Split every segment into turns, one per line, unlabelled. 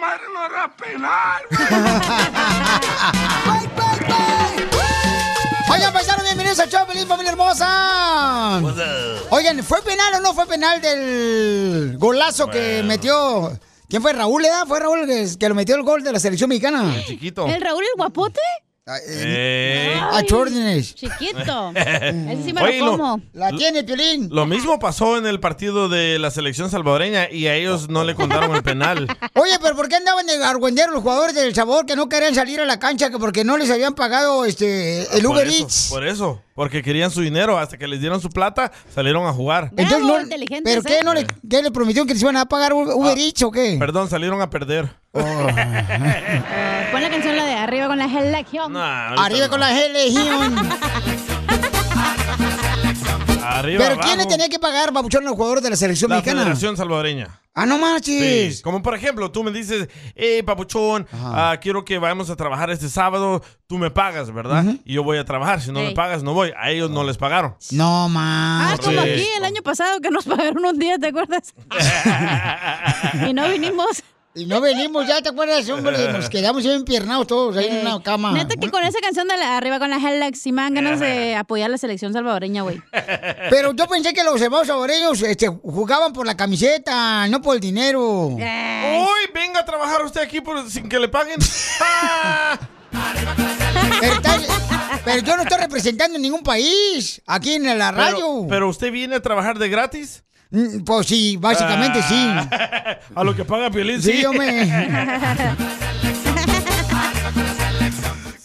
madre no hará pelar, güey.
Oigan, paisanos, bienvenidos al show, feliz familia hermosa. Oigan, ¿fue penal o no fue penal del golazo que metió? ¿Quién fue? ¿Raúl, edad? ¿Fue Raúl que, que lo metió el gol de la selección mexicana? El
chiquito.
¿El Raúl el guapote?
eh.
Ey.
A Chordines.
Chiquito. Ese sí me
Oye,
lo
lo-
como.
La tiene, Piolín.
Lo mismo pasó en el partido de la selección salvadoreña y a ellos no le contaron el penal.
Oye, pero ¿por qué andaban de argüendero los jugadores del sabor que no querían salir a la cancha que porque no les habían pagado este el
Ah, Por
Uber
eso,
Eats?
Por eso, porque querían su dinero. Hasta que les dieron su plata, salieron a jugar.
Entonces,
Bravo,
no-
inteligentes,
¿Pero qué?
¿eh?
¿No le, qué le prometieron que les iban a pagar U- Uber
Ah.
Eats o qué?
Perdón, salieron a perder.
Oh.
Pon la canción la de arriba con la Ah, selección.
Nah, ahorita
Arriba
no.
con la Legión.
Arriba,
¿Pero quién le
abajo.
tenía que pagar, babuchón, a los jugadores de la selección
La
mexicana?
Federación Salvadoreña.
Ah, no
Sí.
manches.
Como por ejemplo, tú me dices, hey, papuchón,
Ajá.
ah, quiero que vayamos a trabajar este sábado. Tú me pagas, ¿verdad? Y yo voy a trabajar. Si no me
Ey.
pagas, no voy. A ellos no les pagaron.
No
Ah,
más.
como
sí.
aquí el año pasado que nos pagaron un día, ¿te acuerdas? y no vinimos.
Y no venimos, ya te acuerdas, hombre, nos quedamos bien piernados todos ahí en una cama.
Neta que con esa canción de la- arriba con la Galaxy me dan ganas de apoyar a la selección salvadoreña, güey.
Pero yo pensé que los hermanos saboreños este, jugaban por la camiseta, no por el dinero.
Hoy venga a trabajar usted aquí por- sin que le paguen. ¡Ah!
Pero, estás- pero yo no estoy representando ningún país aquí en la
Pero-
radio.
Pero, usted viene a trabajar de gratis.
Mm, Pues sí, básicamente sí.
A lo que paga Piolín, sí.
Sí, hombre.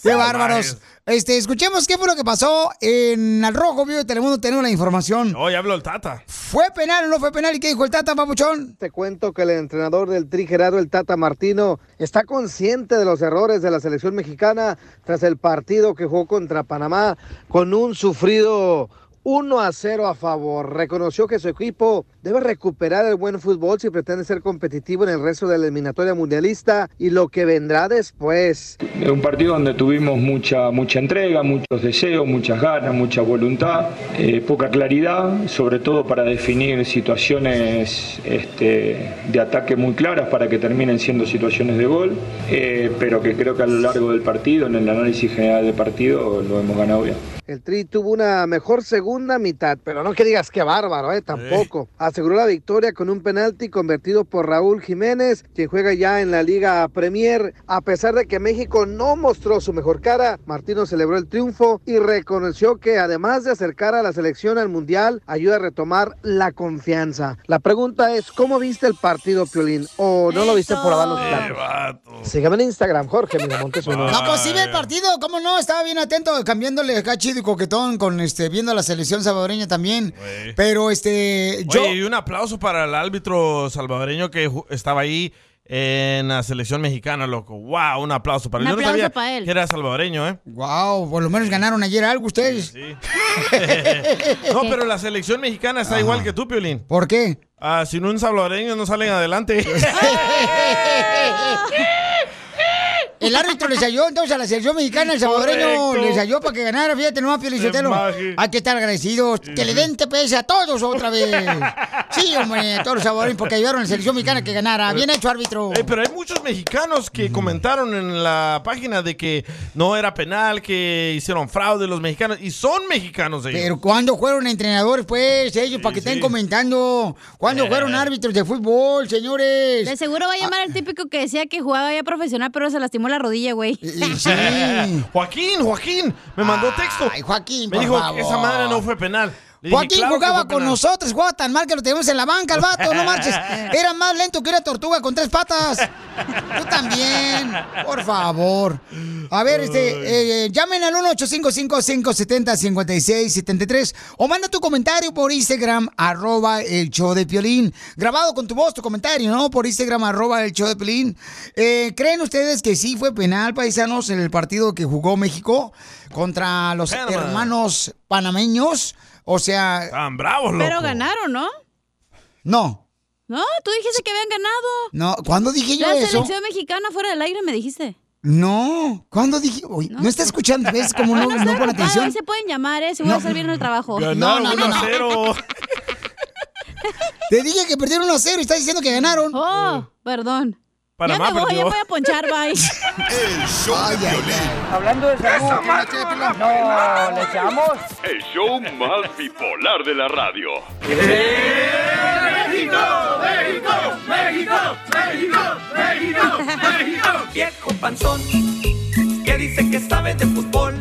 Qué bárbaros. Este, escuchemos qué fue lo que pasó en Al Rojo Vivo de Telemundo. Tenemos la información.
Hoy hablo el Tata.
¿Fue penal o no fue penal? ¿Y qué dijo el Tata, papuchón?
Te cuento que el entrenador del Tri Gerardo el Tata Martino está consciente de los errores de la selección mexicana tras el partido que jugó contra Panamá con un sufrido 1 a 0 a favor. Reconoció que su equipo debe recuperar el buen fútbol si pretende ser competitivo en el resto de la eliminatoria mundialista y lo que vendrá después.
Es un partido donde tuvimos mucha, mucha entrega, muchos deseos, muchas ganas, mucha voluntad, eh, poca claridad, sobre todo para definir situaciones este, de ataque muy claras para que terminen siendo situaciones de gol, eh, pero que creo que a lo largo del partido, en el análisis general del partido, lo hemos ganado bien.
El Tri tuvo una mejor segunda mitad, pero no que digas que bárbaro, eh, tampoco. Aseguró la victoria con un penalti convertido por Raúl Jiménez, quien juega ya en la Liga Premier. A pesar de que México no mostró su mejor cara, Martino celebró el triunfo y reconoció que además de acercar a la selección al Mundial, ayuda a retomar la confianza. La pregunta es, ¿cómo viste el partido, Piolín? ¿O no lo viste por abajo?
¡Qué vato!
Sígame en Instagram, Jorge Miramontes. uno.
No, pues sí ve el partido, ¿cómo no? Estaba bien atento, cambiándole acá chido y coquetón, con este, viendo a la selección salvadoreña también.
Güey.
Pero este, yo.
Oye, y un aplauso para el árbitro salvadoreño que ju- estaba ahí en la selección mexicana, loco. ¡Wow! Un aplauso para él.
Un
Yo no
aplauso
sabía
para él.
que era salvadoreño, ¿eh?
Wow, por lo menos ganaron ayer algo ustedes.
Sí. no, pero la selección mexicana está igual que tú, Piolín.
¿Por qué?
Ah, sin un salvadoreño no salen adelante.
El árbitro les ayudó entonces a la selección mexicana, el salvadoreño
Correcto.
les ayudó para que ganara, fíjate, no más Pielichotelo.
Imagen.
Hay que estar agradecidos, que le den TPS a todos otra vez. Sí, hombre, a todos los salvadoreños, porque ayudaron a la selección mexicana que ganara. Ah, Bien hecho, árbitro.
Ey, pero hay muchos mexicanos que comentaron en la página de que no era penal, que hicieron fraude los mexicanos. Y son mexicanos ellos.
Pero cuando fueron entrenadores, pues, ellos, para que
sí. Eh.
estén comentando. Cuando fueron árbitros de fútbol, Pues, señores.
De seguro va a llamar el típico que decía que jugaba ya profesional, pero se lastimó la rodilla, güey.
Y- y sí.
Joaquín, Joaquín, me mandó texto.
Ay, Joaquín,
me
por
dijo
favor.
que esa madre no fue penal. Le dije,
Joaquín
"Claro que
jugaba
fue
con
penal".
nosotros, jugaba tan mal que lo tenemos en la banca, el vato, no marches. Era más lento que una tortuga con tres patas. Tú también, por favor. A ver, este, eh, llamen al 1-855-570-5673 o manda tu comentario por Instagram, arroba el show de Piolín. Grabado con tu voz, tu comentario, ¿no? Por Instagram, arroba el show de Piolín. Eh, ¿Creen ustedes que sí fue penal, paisanos, en el partido que jugó México contra los
Panamá.
hermanos panameños? O sea,
Tan bravos, oh, loco.
Pero ganaron, ¿no?
no,
No, tú dijiste que habían ganado.
no. ¿Cuándo dije yo
La
eso?
selección mexicana fuera del aire, me dijiste.
No, ¿cuándo dije? Oye, no. está escuchando, ¿ves? Pues Como no, no pone
Ocupado, Ahí
atención.
se pueden llamar, ¿eh? Si voy a hacer bien el trabajo.
Ganaron
No, no, no,
1 a
no.
0.
Te dije que perdieron 1 a 0 y estás diciendo que ganaron.
Oh, perdón.
Para
ya
más
me voy,
perdió.
ya voy a ponchar, bye.
El show de violín.
Hablando de salud,
¡Esa madre
no, ¿le echamos?
El show más bipolar de la radio.
México, México, México, México, México, México. Viejo panzón que dice que sabe de fútbol.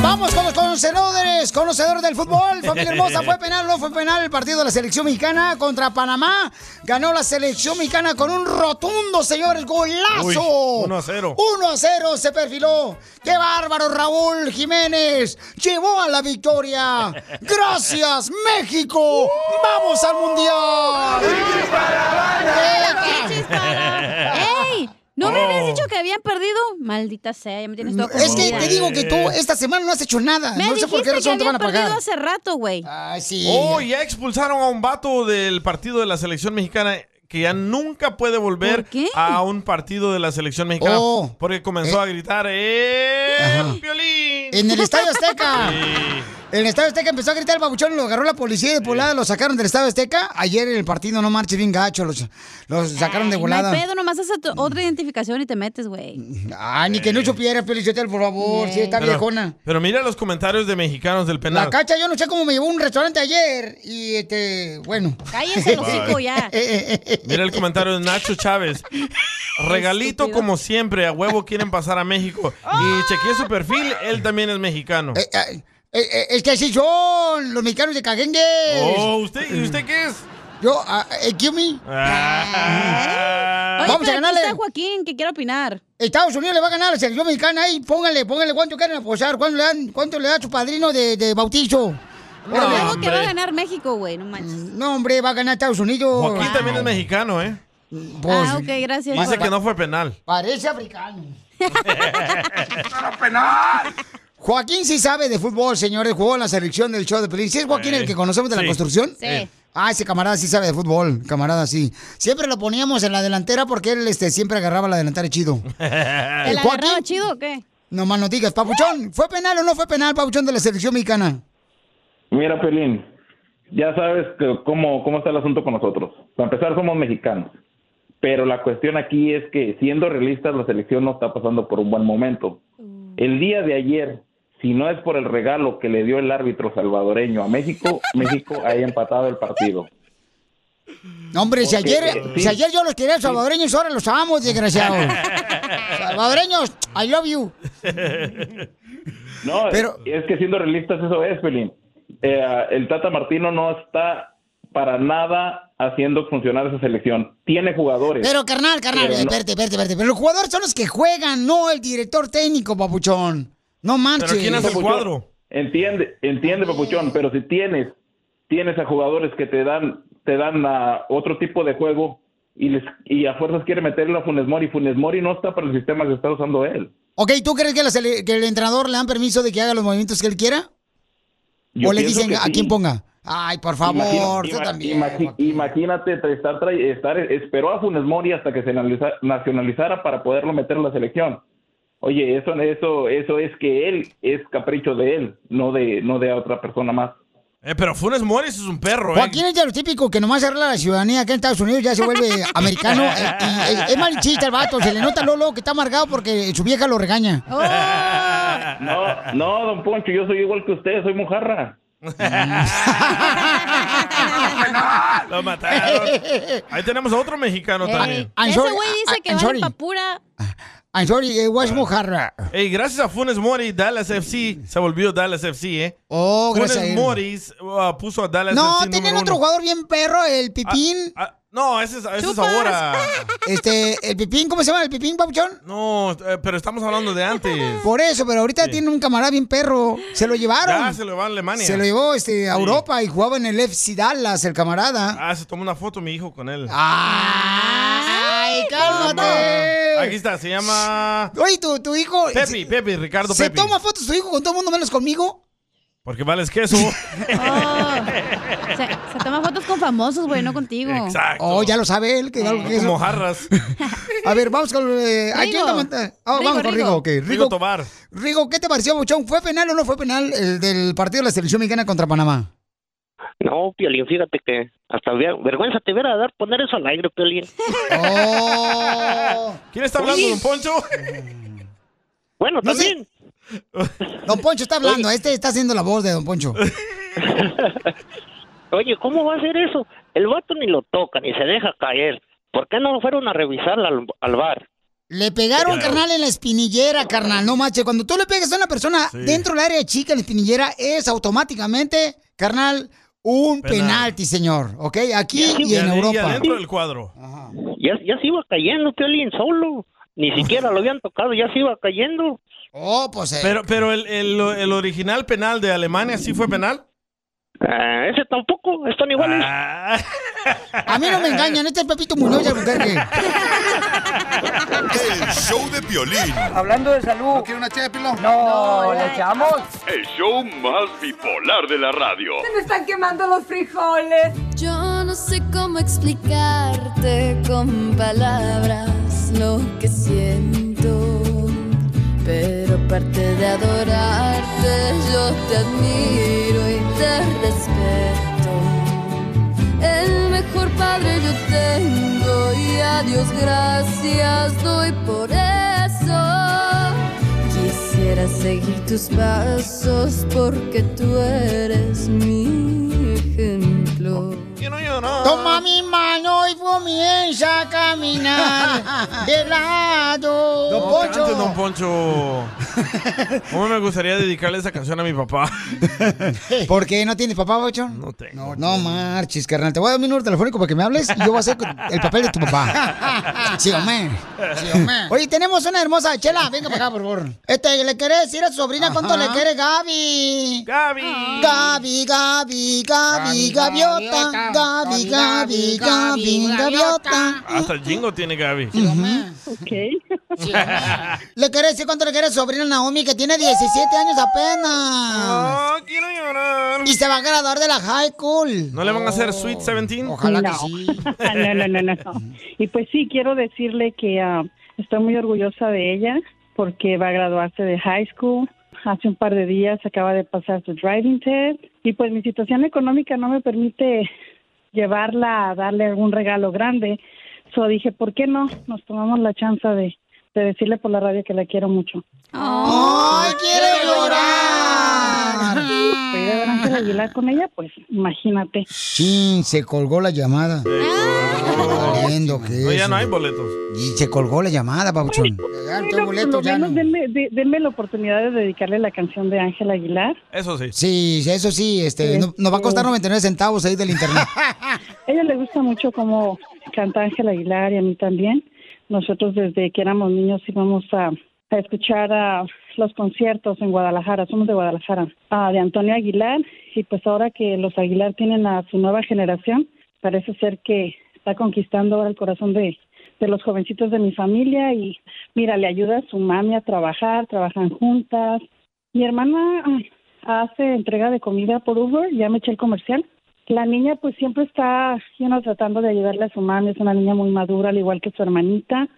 Vamos con los conocedores, conocedores del fútbol. Familia hermosa, fue penal, no fue penal el partido de la selección mexicana contra Panamá. Ganó la selección mexicana con un rotundo, señores, golazo.
Uy, 1 a 0.
1 a 0 se perfiló. ¡Qué bárbaro, Raúl Jiménez! Llevó a la victoria. ¡Gracias, México! ¡Vamos al Mundial!
¡Qué chispara! ¡Ey! ¿No me
Oh.
habías dicho que habían perdido? Maldita sea, ya me tienes todo
Mm, Es que
confundida.
te digo que tú esta semana no has hecho nada.
Me
no sé por
dijiste
qué razón
que
te van a
habían perdido
pagar.
hace rato, güey.
Ay, sí.
Oh, ya expulsaron a un vato del partido de la selección mexicana que ya nunca puede volver
¿Por qué?
a un partido de la selección mexicana
Oh.
porque comenzó a gritar ¡Eh, Piolín!
En el Estadio Azteca.
Sí.
En el Estadio Azteca empezó a gritar el babuchón, lo agarró la policía de volada, lo sacaron del Estadio Azteca. Ayer en el partido no marches bien gacho, los, los sacaron de
Ay,
volada.
No hay pedo, nomás haces tu- otra identificación y te metes, güey.
Ay, ni que no supiera, Feliciotel, por favor, si
Ey.
está
Pero-
viejona.
Pero mira los comentarios de mexicanos del
La
penal.
cacha, yo no sé cómo me llevó a un restaurante ayer y este, bueno.
Cállense los hocico ya.
Mira el comentario de Nacho Chávez. Regalito
Estúpido. Ah.
como siempre, a huevo quieren pasar a México. Y chequeé su perfil, él también es mexicano.
Eh, eh, eh, es que así son los mexicanos de Cagengues.
Oh, ¿usted, ¿Y usted qué es?
Yo, ah, excuse me,
Oye,
Vamos a
pero aquí
ganarle.
está Joaquín, que quiere opinar.
Estados Unidos le va a ganar a la selección mexicana ahí. Pónganle, pónganle cuánto quieren apostar, cuánto le, dan, cuánto le da su padrino de, de bautizo.
Pero
No,
luego que va a
hombre.
ganar México, güey, no manches.
No, hombre, va a ganar Estados Unidos.
Joaquín también es mexicano, ¿eh?
Pues,
ah, ok, gracias.
Dice que no fue penal.
Parece africano.
¡Para penal!
Joaquín sí sabe de fútbol, señores. Jugó en la selección del show de Pelín. ¿Sí es Joaquín
Eh,
el que conocemos de la
sí. Eh.
construcción?
Sí.
Ah, ese camarada sí sabe de fútbol, camarada sí. Siempre lo poníamos en la delantera porque él este, siempre agarraba la delantera chido.
¿Te la
Joaquín?
agarraba chido o qué?
No más no digas, Papuchón, ¿fue penal o no fue penal, Papuchón, de la selección mexicana?
Mira, Pelín, ya sabes que cómo, cómo está el asunto con nosotros. Para empezar, somos mexicanos. Pero la cuestión aquí es que, siendo realistas, la selección no está pasando por un buen momento. El día de ayer, si no es por el regalo que le dio el árbitro salvadoreño a México, México haya empatado el partido.
No, hombre, si
Porque,
ayer,
eh, sí.
si ayer yo los quería salvadoreños, ahora los amo, desgraciados. salvadoreños, I love you.
No,
Pero-
es que siendo realistas eso es, Pelín. Eh, el Tata Martino no está para nada haciendo funcionar esa selección. Tiene jugadores.
Pero, carnal, carnal,
Pero no-
espérate, espérate, espérate. Pero los jugadores son los que juegan, no el director técnico, Papuchón. No manches.
Pero ¿quién hace el
Papuchón,
cuadro?
Entiende, entiende, Papuchón, pero si tienes, tienes a jugadores que te dan, te dan a otro tipo de juego y les, y a fuerzas quiere meterlo a Funes Mori, Funes Mori no está para el sistema que está usando él.
Ok, ¿tú crees que, la sele- que el entrenador le dan permiso de que haga los movimientos que él quiera?
Yo
¿O le
pienso
dicen
que
a
sí.
quién ponga? Ay, por favor,
Imagina-
tú
ima-
también.
imagi-
Joaquín.
imagínate tra- estar, tra- estar- esperó a Funes Mori hasta que se nacionaliza- nacionalizara para poderlo meter en la selección. Oye, eso, eso, eso es que él es capricho de él, no de, no de otra persona más.
Eh, pero Funes Mori es un perro, ¿eh?
Joaquín es de los típicos que nomás arregla la ciudadanía acá en Estados Unidos, ya se vuelve americano. Eh, y- eh, es malichita el vato, se le nota Lolo que está amargado porque su vieja lo regaña.
Oh, No, no, don Poncho, yo soy igual que usted, soy mojarra.
Lo mataron. Ahí tenemos a otro mexicano
Ey,
también.
I'm
ese
sorry,
güey
I-
dice que
I'm
va
sorry.
a pura.
I'm sorry, it
Ah.
was mojarra.
Ey, gracias a Funes Mori, Dallas FC se volvió Dallas FC, ¿eh?
Oh, gracias. a
Funes
él.
Mori uh, puso a Dallas
No,
FC.
tenían
número
otro
uno.
jugador bien perro, el Pipín.
Ah, no, ese es, ese es
Chupas.
ahora.
Este, el Pipín, ¿cómo se llama el Pipín, Papuchón?
No, eh, pero estamos hablando de antes.
Por eso, pero ahorita tiene un camarada bien perro. Se lo llevaron.
Ya se lo va a Alemania.
Se lo llevó este, a
Sí.
Europa y jugaba en el FC Dallas, el camarada.
Ah, se tomó una foto mi hijo con él.
¡Ay,
Aquí
cálmate!
está, se llama
Oye, tu, tu hijo.
Pepe, Pepe, Ricardo
¿Se
Pepe.
toma fotos tu hijo con todo el mundo menos conmigo?
Porque vales queso.
Oh. Se, se toma fotos con famosos, güey, no contigo.
Exacto.
Oh, ya lo sabe él. Que algo
No
que eso.
Como jarras.
A ver, vamos con. eh, ¿A quién
Rigo.
te manda- Ah,
Rigo,
vamos con Rigo,
Rigo.
ok.
Rigo
Rigo,
Tobar.
eh, Rigo, ¿qué te pareció, Bochón? ¿Fue penal o no fue penal el del partido de la selección mexicana contra Panamá?
No, Piolín, fíjate que hasta ver- vergüenza te hubiera dar poner eso al aire, Piolín.
¿Quién está hablando,
Uy.
don Poncho?
Bueno,
No sé.
también.
Don Poncho está hablando, este está haciendo la voz de Don Poncho.
Oye, ¿cómo va a ser eso? El vato ni lo toca, ni se deja caer. ¿Por qué no lo fueron a revisar al, al bar?
Le pegaron,
Claro.
carnal, en la espinillera, carnal. No manches, cuando tú le pegas a una persona dentro del área chica, en la espinillera, es automáticamente, carnal, un
Penal.
penalti, señor. ¿Ok? Aquí
Ya,
y en
ya, ya
Europa.
dentro
del cuadro.
Ya, ya se iba cayendo, Piolín, solo. Ni siquiera lo habían tocado, ya se iba cayendo.
Oh, pues.
Pero, pero el, el, el original penal de Alemania sí fue penal.
Ah,
Ah,
ese tampoco, están iguales.
A mí no me engañan, este es Pepito Muñoz de Albuquerque.
El show de violín.
Hablando de salud. ¿No quiere una ché No, ¿le echamos?
El show más bipolar de la radio.
Se me están quemando los frijoles. Yo no sé cómo explicarte con palabras lo que siento. Pero aparte de adorarte, yo te admiro y te respeto. El mejor padre yo tengo y a Dios gracias doy por eso. Quisiera seguir tus pasos porque tú eres mi ejemplo.
Toma mi mano y comienza a caminar de lado.
Don Poncho. don Poncho. ¿Cómo me gustaría dedicarle esa canción a mi papá?
¿Por qué no tienes papá, Poncho? No tengo. No, marches, carnal. Te voy a dar mi número telefónico para que me hables y yo voy a hacer el papel de tu papá. Sí, hombre. Sí, hombre. Oye, tenemos una hermosa chela. Venga para acá, por favor. Este, le quiere decir a su sobrina cuánto
Ajá.
le quiere Gaby.
Gaby.
Gaby, Gaby, Gaby, gaviota. Gaby, Gaby, Gaby, gaviota.
Hasta Jingo tiene Gaby.
Le quiere decir cuánto le quiere a su sobrina Naomi, que tiene 17 años apenas.
No, quiero llorar.
Y se va a graduar de la high school.
¿No le van a hacer Sweet 17?
Ojalá que
No.
sí.
no, no, no, no, no. Y pues sí, quiero decirle que ah, estoy muy orgullosa de ella porque va a graduarse de high school. Hace un par de días acaba de pasar su driving test y pues mi situación económica no me permite llevarla a darle algún regalo grande. So dije, ¿por qué no? Nos tomamos la chance de, de decirle por la radio que la quiero mucho.
¡Ay, quiere llorar!
Fui de Branca de Aguilar con ella, pues imagínate.
Sí, se colgó la llamada. ¡Ah! Valiendo que
No, ya
eso.
no hay boletos.
Y se colgó la llamada, Pauchón.
Bueno, por lo menos denme, de- denme la oportunidad de dedicarle la canción de Ángel Aguilar.
Eso sí.
Sí, eso sí, este, no- nos va a costar 99 centavos ahí del internet.
A ella le gusta mucho cómo canta Ángel Aguilar y a mí también. Nosotros desde que éramos niños íbamos a, a escuchar a los conciertos en Guadalajara, somos de Guadalajara, ah, de Antonio Aguilar y pues ahora que los Aguilar tienen a su nueva generación, parece ser que está conquistando ahora el corazón de, de los jovencitos de mi familia y mira, le ayuda a su mami a trabajar, trabajan juntas. Mi hermana ay, hace entrega de comida por Uber, ya me eché el comercial. La niña pues siempre está you know, tratando de ayudarle a su mami, es una niña muy madura, al igual que su hermanita,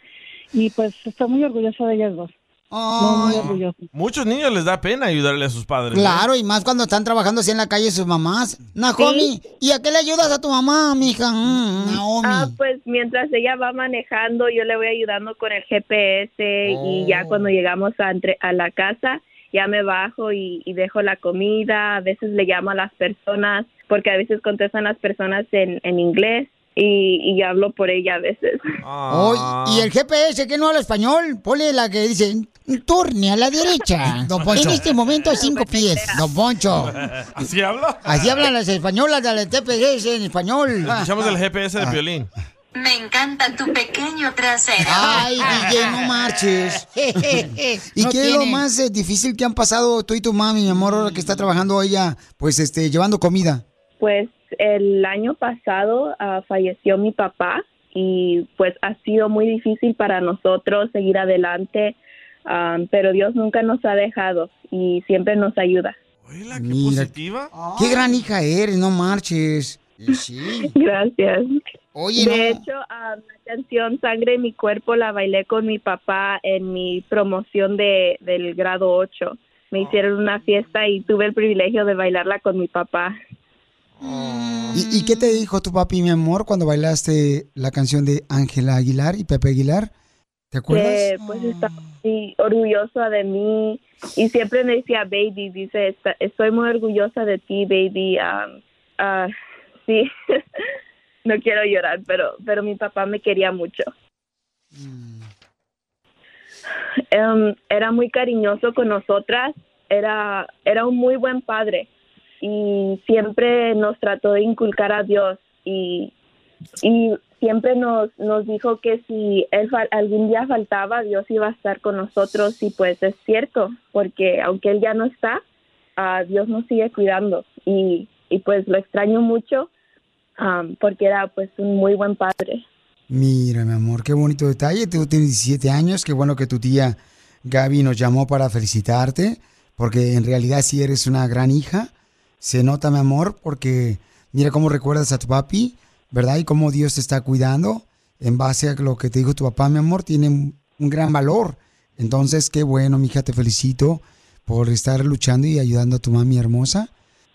y pues está muy orgullosa de ellas dos. Muy, muy orgullosa.
Muchos niños les da pena ayudarle a sus padres. ¿eh? ¿no?
Claro, y más cuando están trabajando así en la calle sus mamás. Naomi, ¿y a qué le ayudas a tu mamá, mija? Mm, Naomi.
Ah, pues mientras ella va manejando, yo le voy ayudando con el GPS y
Oh.
ya cuando llegamos a, entre- a la casa, ya me bajo y, y dejo la comida. A veces le llamo a las personas porque a veces contestan las personas en, en inglés y, y yo hablo por ella a veces.
Oh, y el GPS que no habla español, ponle la que dice, turne a la derecha. Don
Poncho.
En este momento a cinco pies, don Poncho.
¿Así habla?
Así hablan las españolas de la TPS en español.
Escuchamos el GPS
Ah.
de violín.
Me encanta tu pequeño trasero.
Ay, DJ, no marches. ¿Y
No
qué es lo
tiene.
más eh, difícil que han pasado tú y tu mami, mi amor, ahora que está trabajando ella, pues, este, llevando comida?
Pues el año pasado ah, falleció mi papá y pues ha sido muy difícil para nosotros seguir adelante, ah, pero Dios nunca nos ha dejado y siempre nos ayuda.
Mira, Qué gran hija eres, no marches. Eh,
Gracias.
Oye,
de
no.
hecho, ah, la canción Sangre en mi cuerpo la bailé con mi papá en mi promoción de, del
Ah.
grado 8. Me hicieron una fiesta y tuve el privilegio de bailarla con mi papá.
¿Y, y qué te dijo tu papi, mi amor, cuando bailaste la canción de Ángela Aguilar y Pepe Aguilar? ¿Te acuerdas?
que pues está muy orgullosa de mí y siempre me decía baby dice "Está- estoy muy orgullosa de ti baby um, ah, sí no quiero llorar pero pero mi papá me quería mucho
Mm.
Em, era muy cariñoso con nosotras era era un muy buen padre y siempre nos trató de inculcar a Dios y y siempre nos, nos dijo que si él fa- algún día faltaba, Dios iba a estar con nosotros y pues es cierto, porque aunque él ya no está, ah, Dios nos sigue cuidando y, y pues lo extraño mucho am, porque era pues un muy buen padre.
Mira, mi amor, qué bonito detalle. Tú tienes 17 años. Qué bueno que tu tía Gaby nos llamó para felicitarte, porque en realidad sí eres una gran hija. Se nota, mi amor, porque mira cómo recuerdas a tu papi, ¿verdad? Y cómo Dios te está cuidando. En base a lo que te dijo tu papá, mi amor, tiene un un gran valor. Entonces, qué bueno, mija, te felicito por estar luchando y ayudando a tu mami hermosa.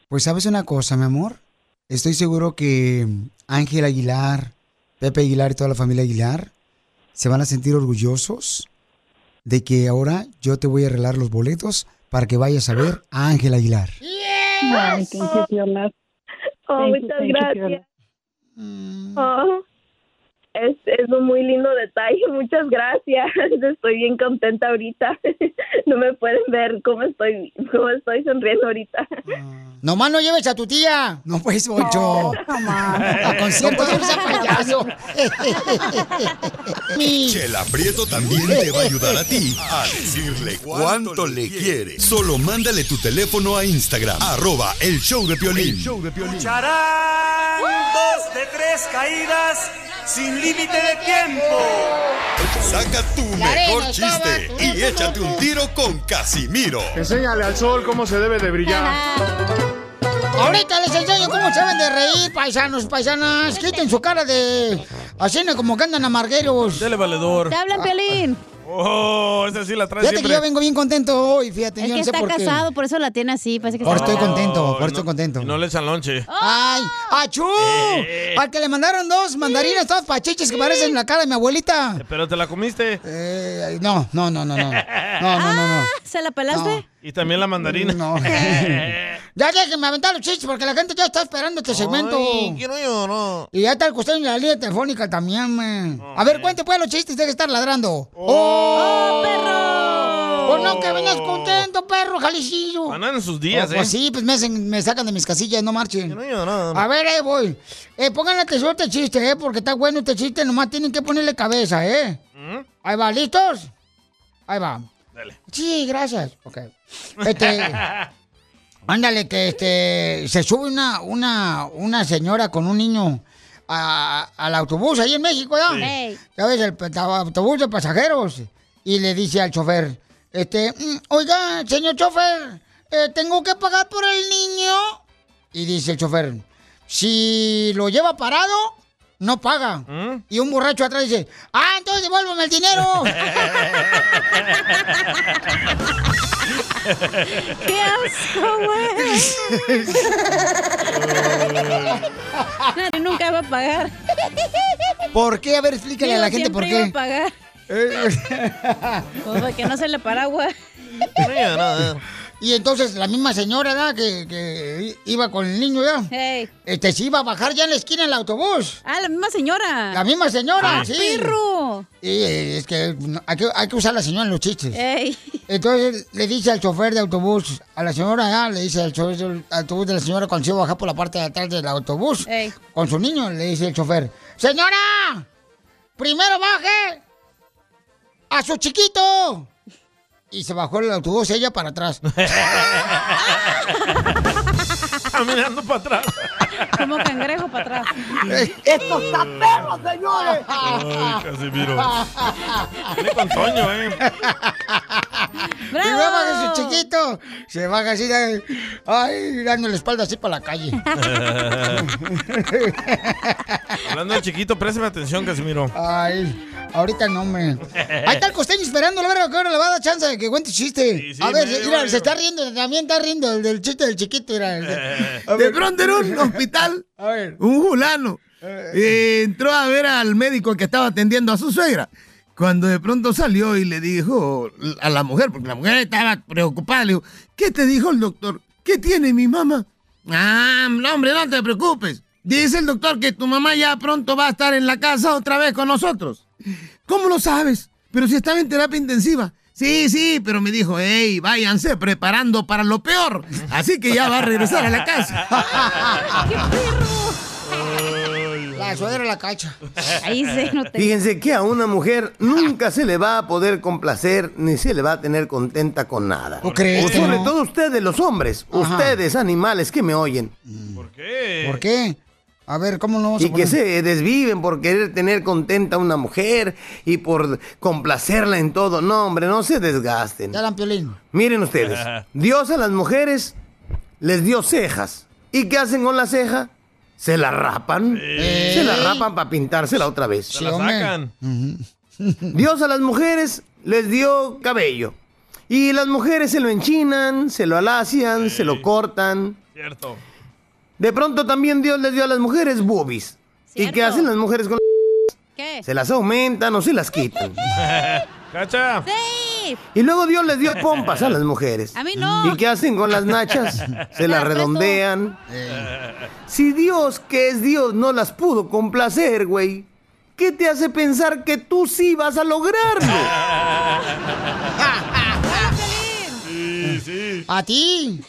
Pues sabes una cosa, mi amor. Estoy seguro que Ángel Aguilar, Pepe Aguilar y toda la familia Aguilar se van a sentir orgullosos de que ahora yo te voy a arreglar los boletos para que vayas a ver a Ángel Aguilar.
Ay, thank you, Piolas.
Oh,
Thank you,
muchas
thank you,
gracias. Oh, es, es un muy lindo detalle, muchas gracias. Estoy bien contenta ahorita. No me pueden ver cómo estoy, cómo estoy sonriendo ahorita.
Nomás no lleves a tu tía. pues, No, pues, Poncho. A concierto de Elsa payaso.
Chela Prieto también te va a ayudar a ti a decirle cuánto le quiere. Solo mándale tu teléfono a Instagram, arroba el show de Piolín.
Lucharán dos de tres caídas sin límite de tiempo.
Saca tu
La arena
mejor
estaba-
chiste y échate un tiro con Casimiro.
Enséñale al sol cómo se debe de brillar.
Ahorita les enseño cómo se deben de reír, paisanos, paisanas. Quiten su cara de... Hacen como que andan amargueros.
Dele valedor.
Te hablan, Pelín.
Oh, esa sí la trae
Fíjate que
siempre.
yo vengo bien contento hoy, fíjate.
Es
yo
que
no sé
está
por qué.
casado, por eso la tiene así. Parece que ¡Oh!
Ahora
está
estoy contento,
Oh,
por eso estoy contento.
y no le echan lonche.
¡Ay! ¡Achú!
Eh.
Al que le mandaron dos mandarinas, todas pachiches que parecen la cara de mi abuelita.
Pero te la comiste.
Eh, no, no, no, no, no. No, no,
Ah,
no, no.
¿Se la
pelaste?
Y también la mandarina.
No. Ya déjenme aventar los chistes porque la gente ya está esperando este segmento.
quiero llorar.
Y ya está el costeño en la línea telefónica también, man. A ver, cuente pues los chistes, deja de estar ladrando. ¡Oh, perro! Pues no, que vengas contento, perro, jalicillo.
Andan en sus días,
Oh,
¿eh?
Pues sí, pues me, hacen- me sacan de mis casillas, no marchen.
man.
A ver, ahí voy. Eh, pónganle tesoro este chiste, ¿eh? Porque está bueno este chiste, nomás tienen que ponerle cabeza, ¿eh?
Mm,
Ahí va, ¿listos? Ahí va.
Dale.
Sí, gracias. Ok. Este, ándale, que este, se sube una, una, una señora con un niño a- al autobús ahí en México, ¿ya?
Sí. Ey.
¿Sabes? El, pe- autobús de pasajeros. Y le dice al chofer, este, "Mm, oiga, señor chofer, eh, ¿tengo que pagar por el niño? Y dice el chofer, si lo lleva parado, no paga.
¿Mm?
Y un borracho atrás dice, ah, entonces devuélvame el dinero.
¡Qué
Nadie nunca va a pagar.
¿Por qué? A ver, explícale a la
Digo,
gente por
siempre
qué. Eh,
iba a pagar. Pues, que no se le paraguas.
Y entonces la misma señora ¿verdad? que, que iba con el niño, ¿verdad? Este se iba a bajar ya en la esquina del autobús.
Ah, la misma señora.
La misma señora,
Ah,
sí.
perro.
Y, eh, es que no, hay, que hay que usar la señora en los chistes. Entonces le dice al chofer de autobús, a la señora, ¿verdad? le dice al chofer del autobús de la señora cuando se iba a bajar por la parte de atrás del autobús con su niño, le dice el chofer, señora, primero baje a su chiquito. Y se bajó el autobús ella para atrás.
Caminando para atrás.
Como cangrejo para atrás.
¡Esto está perro, señores!
Ay, Casimiro. Dale con Toño, ¿eh?
Y luego baja su chiquito. Se baja así, de- ay, dando la espalda así para la calle.
¿eh? Hablando de chiquito, préstame atención, Casimiro.
Ay, Ahorita no me. Ahí está el costeño esperando, la verga, que ahora le va a dar chance de que cuente chiste.
sí,
a ver,
medio,
mira,
medio.
se está riendo, también está riendo el del chiste del chiquito, mira. el de- A
De
ver.
pronto en un hospital, un fulano eh, entró a ver al médico que estaba atendiendo a su suegra. Cuando de pronto salió y le dijo a la mujer, porque la mujer estaba preocupada, le dijo, ¿qué te dijo el doctor? ¿Qué tiene mi mamá? Ah, no, hombre, no te preocupes. Dice el doctor que tu mamá ya pronto va a estar en la casa otra vez con nosotros. ¿Cómo lo sabes? Pero si estaba en terapia intensiva. Sí, sí, pero me dijo, hey, váyanse preparando para lo peor. Así que ya va a regresar a la casa.
La suegra la cacha.
Ahí se nota.
Fíjense que a una mujer nunca se le va a poder complacer ni se le va a tener contenta con nada.
crees que
Sobre
no?
todo ustedes, los hombres,
Ajá.
ustedes, animales que me oyen.
¿Por qué? A ver, ¿cómo no vamos
Y
a
que
poner?
se desviven por querer tener contenta a una mujer y por complacerla en todo. No, hombre, no se desgasten.
Ya, Lampiolín.
Miren ustedes, Dios a las mujeres les dio cejas. ¿Y qué hacen con la ceja? Se la rapan. Se la rapan para pintársela otra vez.
Eh. Se la sacan.
Dios a las mujeres les dio cabello. Y las mujeres se lo enchinan, se lo alacian, se lo cortan.
Cierto.
De pronto también Dios les dio a las mujeres boobies. ¿Y qué hacen las mujeres con
¿Qué?
Se las aumentan o se las quitan.
¡Cacha!
¡Sí!
Y luego Dios les dio pompas a las mujeres.
A mí no.
¿Y qué hacen con las nachas? Se las redondean. Si Dios, que es Dios, no las pudo complacer, güey, ¿qué te hace pensar que tú sí vas a lograrlo?
Sí, sí.
A ti.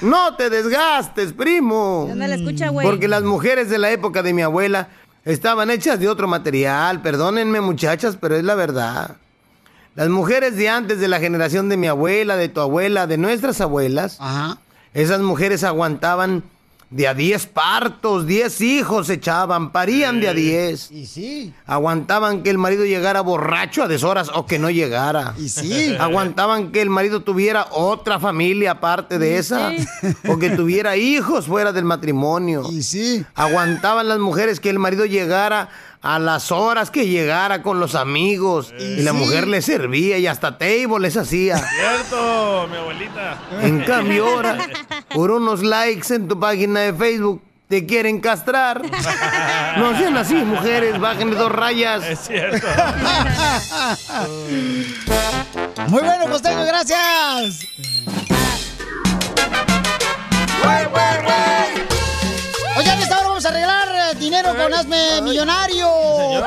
No te desgastes, primo.
Ya no la escucha, güey.
Porque las mujeres de la época de mi abuela estaban hechas de otro material. Perdónenme, muchachas, pero es la verdad. Las mujeres de antes, de la generación de mi abuela, de tu abuela, de nuestras abuelas, esas mujeres aguantaban de a 10 partos, 10 hijos echaban, parían de a 10.
Y sí.
Aguantaban que el marido llegara borracho a deshoras o que no llegara. Y
sí.
Aguantaban que el marido tuviera otra familia aparte de esa. O que tuviera hijos fuera del matrimonio. Y
sí.
Aguantaban las mujeres que el marido llegara a las horas que llegara con los amigos. Y la
sí.
mujer les servía y hasta table les hacía.
Cierto, mi abuelita.
En cambio, ahora, por unos likes en tu página de Facebook, te quieren castrar. No sean así, mujeres, bájenle dos rayas. Es
cierto.
Muy bueno, costeño, gracias. Oigan, esta hora vamos a arreglar eh, dinero con Hazme Millonario,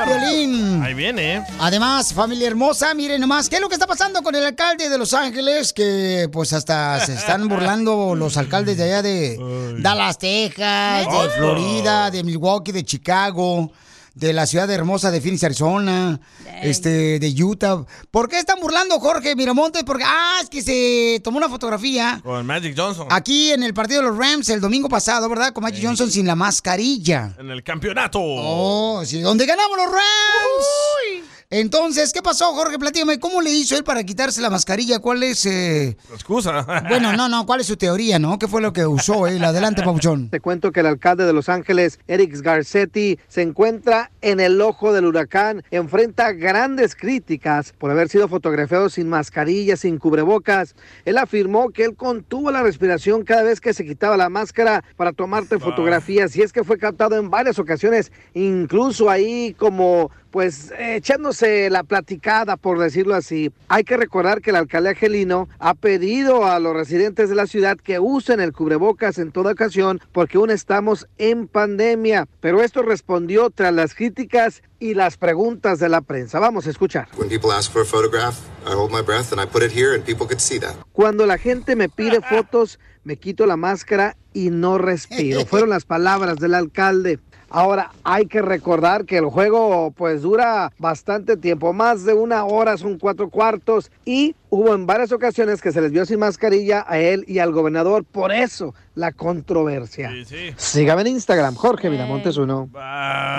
Piolín.
Ahí viene, ¿eh?
Además, familia hermosa, miren nomás, ¿qué es lo que está pasando con el alcalde de Los Ángeles? Que pues hasta se están burlando los alcaldes de allá de Dallas, Texas, de
¿Neta?
Florida, de Milwaukee, de Chicago, de la ciudad hermosa de Phoenix, Arizona, este, de Utah. ¿Por qué están burlando Jorge Miramontes? Porque, ah, es que se tomó una fotografía
Con Magic Johnson.
aquí en el partido de los Rams el domingo pasado, ¿verdad? Con Magic Johnson sin la mascarilla.
En el campeonato.
Oh, sí, donde ganamos los Rams. Entonces, ¿qué pasó, Jorge? Platíame, ¿cómo le hizo él para quitarse la mascarilla? ¿Cuál es...? eh,
Excusa.
Bueno, no, no, ¿cuál es su teoría, no? ¿Qué fue lo que usó él? Adelante, Pabuchón.
Te cuento que el alcalde de Los Ángeles, Eric Garcetti, se encuentra en el ojo del huracán. Enfrenta grandes críticas por haber sido fotografiado sin mascarilla, sin cubrebocas. Él afirmó que él contuvo la respiración cada vez que se quitaba la máscara para tomarte fotografías. Y es que fue captado en varias ocasiones, incluso ahí como pues eh, echándose la platicada, por decirlo así. Hay que recordar que el alcalde Angelino ha pedido a los residentes de la ciudad que usen el cubrebocas en toda ocasión porque aún estamos en pandemia. Pero esto respondió tras las críticas y las preguntas de la prensa. Vamos a escuchar.
When people ask for a photograph, I hold my breath and I put it here, and people could see that.
Cuando la gente me pide fotos, me quito la máscara y no respiro. Fueron las palabras del alcalde. Ahora hay que recordar que el juego pues dura bastante tiempo, más de una hora, son cuatro cuartos y hubo en varias ocasiones que se les vio sin mascarilla a él y al gobernador, por eso la controversia. Sígame en Instagram, Jorge Miramontes uno.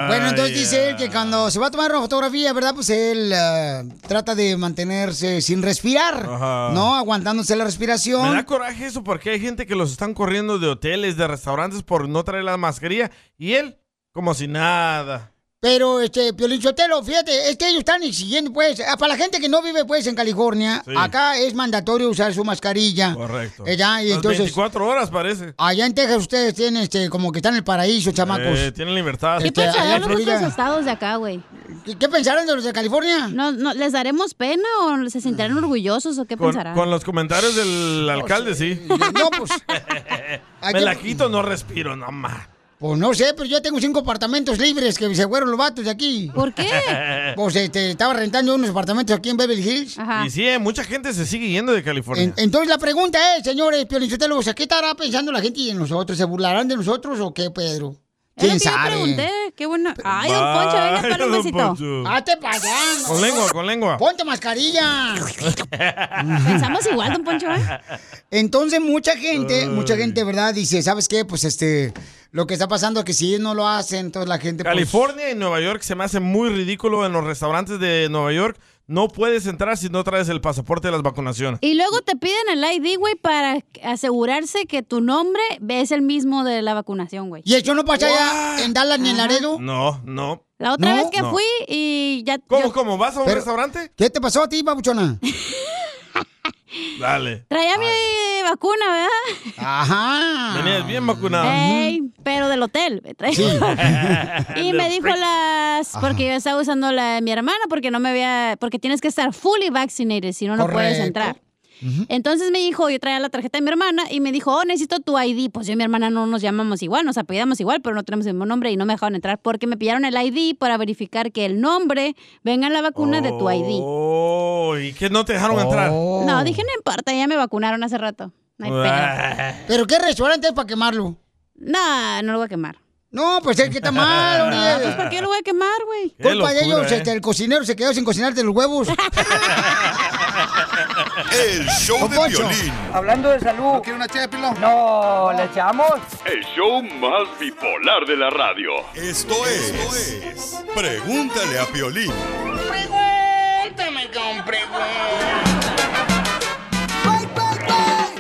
Bueno, entonces dice él que cuando se va a tomar una fotografía, ¿verdad? Pues él ah, trata de mantenerse sin respirar,
Ajá.
¿no? Aguantándose la respiración.
Ah, Me da coraje eso porque hay gente que los están corriendo de hoteles, de restaurantes por no traer la mascarilla y él como si nada.
Pero, este, Piolín Sotelo, fíjate, es que ellos están exigiendo, pues, ah, para la gente que no vive, pues, en California,
Sí.
acá es mandatorio usar su mascarilla.
Correcto.
Eh, ya, y
Las
entonces,
24 horas parece.
allá en Texas ustedes tienen, este, como que están en el paraíso, chamacos.
Eh, tienen libertad.
¿Qué
allá en
pensarán los
Florida.
otros estados de acá, güey?
¿Qué pensaron de los de California? Mm.
No, no, ¿Les daremos pena o se sentirán orgullosos o qué
Con,
pensarán?
con los comentarios del alcalde, sí.
No, pues.
Me la quito, no respiro, no más.
Pues no sé, pero yo tengo cinco apartamentos libres que se fueron los vatos de aquí.
¿Por
qué?
Pues este, estaba rentando unos apartamentos aquí en Beverly Hills.
Y sí, eh, mucha gente se sigue yendo de California.
En- entonces la pregunta es, señores, Piolichotelo, o sea, ¿qué estará pensando la gente de nosotros? ¿Se burlarán de nosotros o qué, Pedro?
Es lo
¿Quién
que yo
sabe?
pregunté, qué bueno. Ay, don Poncho, venga para un
Vaya, don
besito.
Poncho. Hazte para allá.
Con lengua, con lengua.
Ponte mascarilla.
Pensamos igual, don Poncho, ¿eh?
Entonces mucha gente, mucha gente, ¿verdad? Dice, ¿sabes qué? Pues este, lo que está pasando es que si ellos no lo hacen, entonces la gente... pues,
California y Nueva York se me hace muy ridículo en los restaurantes de Nueva York. No puedes entrar si no traes el pasaporte de las vacunaciones.
Y luego te piden el ID, güey, para asegurarse que tu nombre es el mismo de la vacunación, güey.
¿Y eso no pasa allá en Dallas ni en Laredo?
No, no.
La otra
¿No?
vez que
No.
fui y ya...
¿Cómo,
yo-
cómo? ¿Vas a un
Pero-
restaurante?
¿Qué te pasó a ti, babuchona?
Dale.
Traía mi vacuna, ¿verdad?
Ajá.
Venías bien vacunado.
Ey, pero del hotel. me traía. y me dijo las... Porque yo estaba usando la de mi hermana, porque no me había... Porque tienes que estar fully vaccinated, si no, no puedes
Correcto.
entrar. Entonces me dijo, yo traía la tarjeta de mi hermana y me dijo, oh, necesito tu ID. Pues yo y mi hermana no nos llamamos igual, nos apellidamos igual, pero no tenemos el mismo nombre y no me dejaron entrar porque me pillaron el ID para verificar que el nombre venga en la vacuna de tu ID.
Oh, ¿y qué no te dejaron entrar?
Oh.
No, dije, no importa, ya me vacunaron hace rato. No hay pedo.
Oh. Ah.
¿Pero qué restaurante es para quemarlo?
No, no lo voy a quemar.
No, pues es que está mal,
No,
Oriel.
pues ¿para qué lo voy a quemar, güey?
Culpa de ellos,
¿eh?
este, el cocinero se quedó sin cocinarte los huevos.
El show
Don
de
Poncho.
violín.
Hablando de salud. ¿No quiere una ché de pilón? No, ¿le echamos?
El show más bipolar de la radio.
Esto es. Pregúntale a violín.
Pregúntame con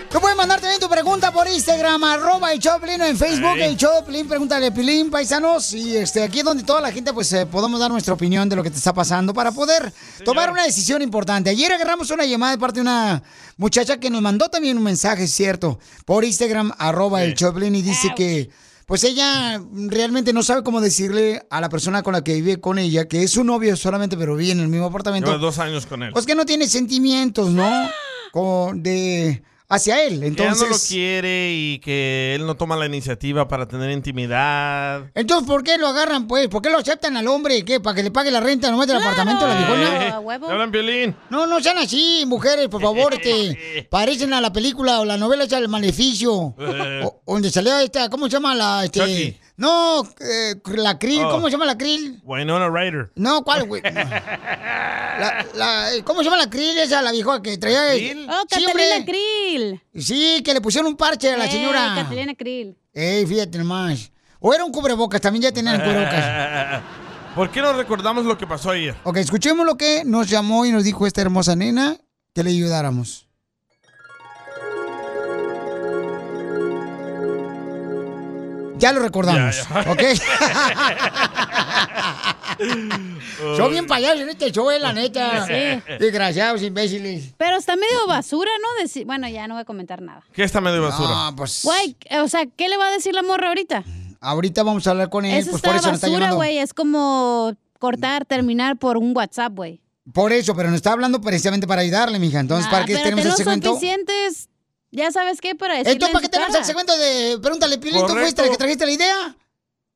Tú puedes mandar también tu pregunta por Instagram, arroba el Choplin, en Facebook,
Ey.
el Choplin, pregúntale a Pilín, paisanos. Y este, aquí es donde toda la gente, pues, eh, podemos dar nuestra opinión de lo que te está pasando para poder tomar una decisión importante. Ayer agarramos una llamada de parte de una muchacha que nos mandó también un mensaje, es cierto, por Instagram, arroba el Choplin, y dice que, pues, ella realmente no sabe cómo decirle a la persona con la que vive con ella, que es su novio solamente, pero vive en el mismo apartamento.
Llevas dos años con él.
Pues que no tiene sentimientos, ¿no? Como de hacia él.
Que ella no lo
Entonces,
quiere y que él no toma la iniciativa para tener intimidad.
entonces ¿por qué lo agarran pues? ¿Por qué lo aceptan al hombre? ¿Qué? ¿Para que le pague la renta nomás del apartamento a la
Eh,
viejona?
¿te hablan violín?
No, no sean así, mujeres, por favor, este, parecen a la película o la novela esa El Maleficio,
Eh.
o- donde salía esta, ¿cómo se llama la, este?
Chucky.
No, eh, la Krill,
Oh.
¿cómo se llama la Krill?
Winona Ryder.
No, ¿cuál, güey? No. La- la- eh, ¿Cómo se llama la Krill esa, la vieja que traía? Eh,
¿Krill? Oh, Catalina Krill.
Sí, que le pusieron un parche a la
Ey,
señora.
Eh, Catalina Krill.
Ey, fíjate nomás. O era un cubrebocas, también ya tenían cubrebocas.
¿Por qué no recordamos lo que pasó ayer?
Ok, escuchemos lo que nos llamó y nos dijo esta hermosa nena que le ayudáramos. Ya lo recordamos.
Ya, ya.
Ok. Son bien payasos en este show, eh, la neta.
Sí.
Desgraciados, imbéciles.
Pero está medio basura, ¿no? Deci- bueno, ya no voy a comentar nada.
¿Qué está medio basura?
Ah, pues.
Güey, eh, o sea, ¿qué le va a decir la morra ahorita?
Ahorita vamos a hablar con él,
eso
pues
está
por eso nos está
basura,
llamando.
güey. Es como cortar, terminar por un WhatsApp, güey.
Por eso, pero nos está hablando precisamente para ayudarle, mija. Entonces, ¿para
Ah,
qué
pero
tenemos
ten
el
los
segmento?
suficientes, ya sabes qué, para decirle en
Entonces, ¿para qué
su
tenemos
cara.
el segmento de Pregúntale, Pilín? ¿Tú
Correcto.
fuiste el que trajiste la idea?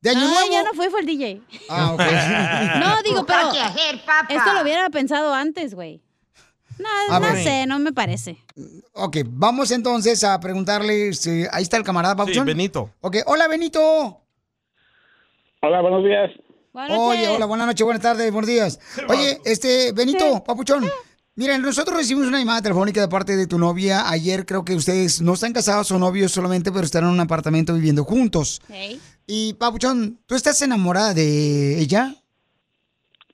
¿De Año
no,
Nuevo?
ya no fui, fue el DJ.
Ah, ok.
No, digo, pero
Busca que hacer, papa.
esto lo hubiera pensado antes, güey. No,
A
no
ver.
sé, no me parece.
Ok, vamos entonces a preguntarle. si- Ahí está el camarada Papuchón.
Benito.
Ok, hola, Benito.
Hola, buenos días.
Oye, hola, buenas noches, buenas tardes, buenos días. Oye, este, Benito, Papuchón. Mira, nosotros recibimos una llamada telefónica de parte de tu novia. Ayer creo que ustedes no están casados o novios solamente, pero están en un apartamento viviendo juntos. Y Papuchón, ¿tú estás enamorada de ella?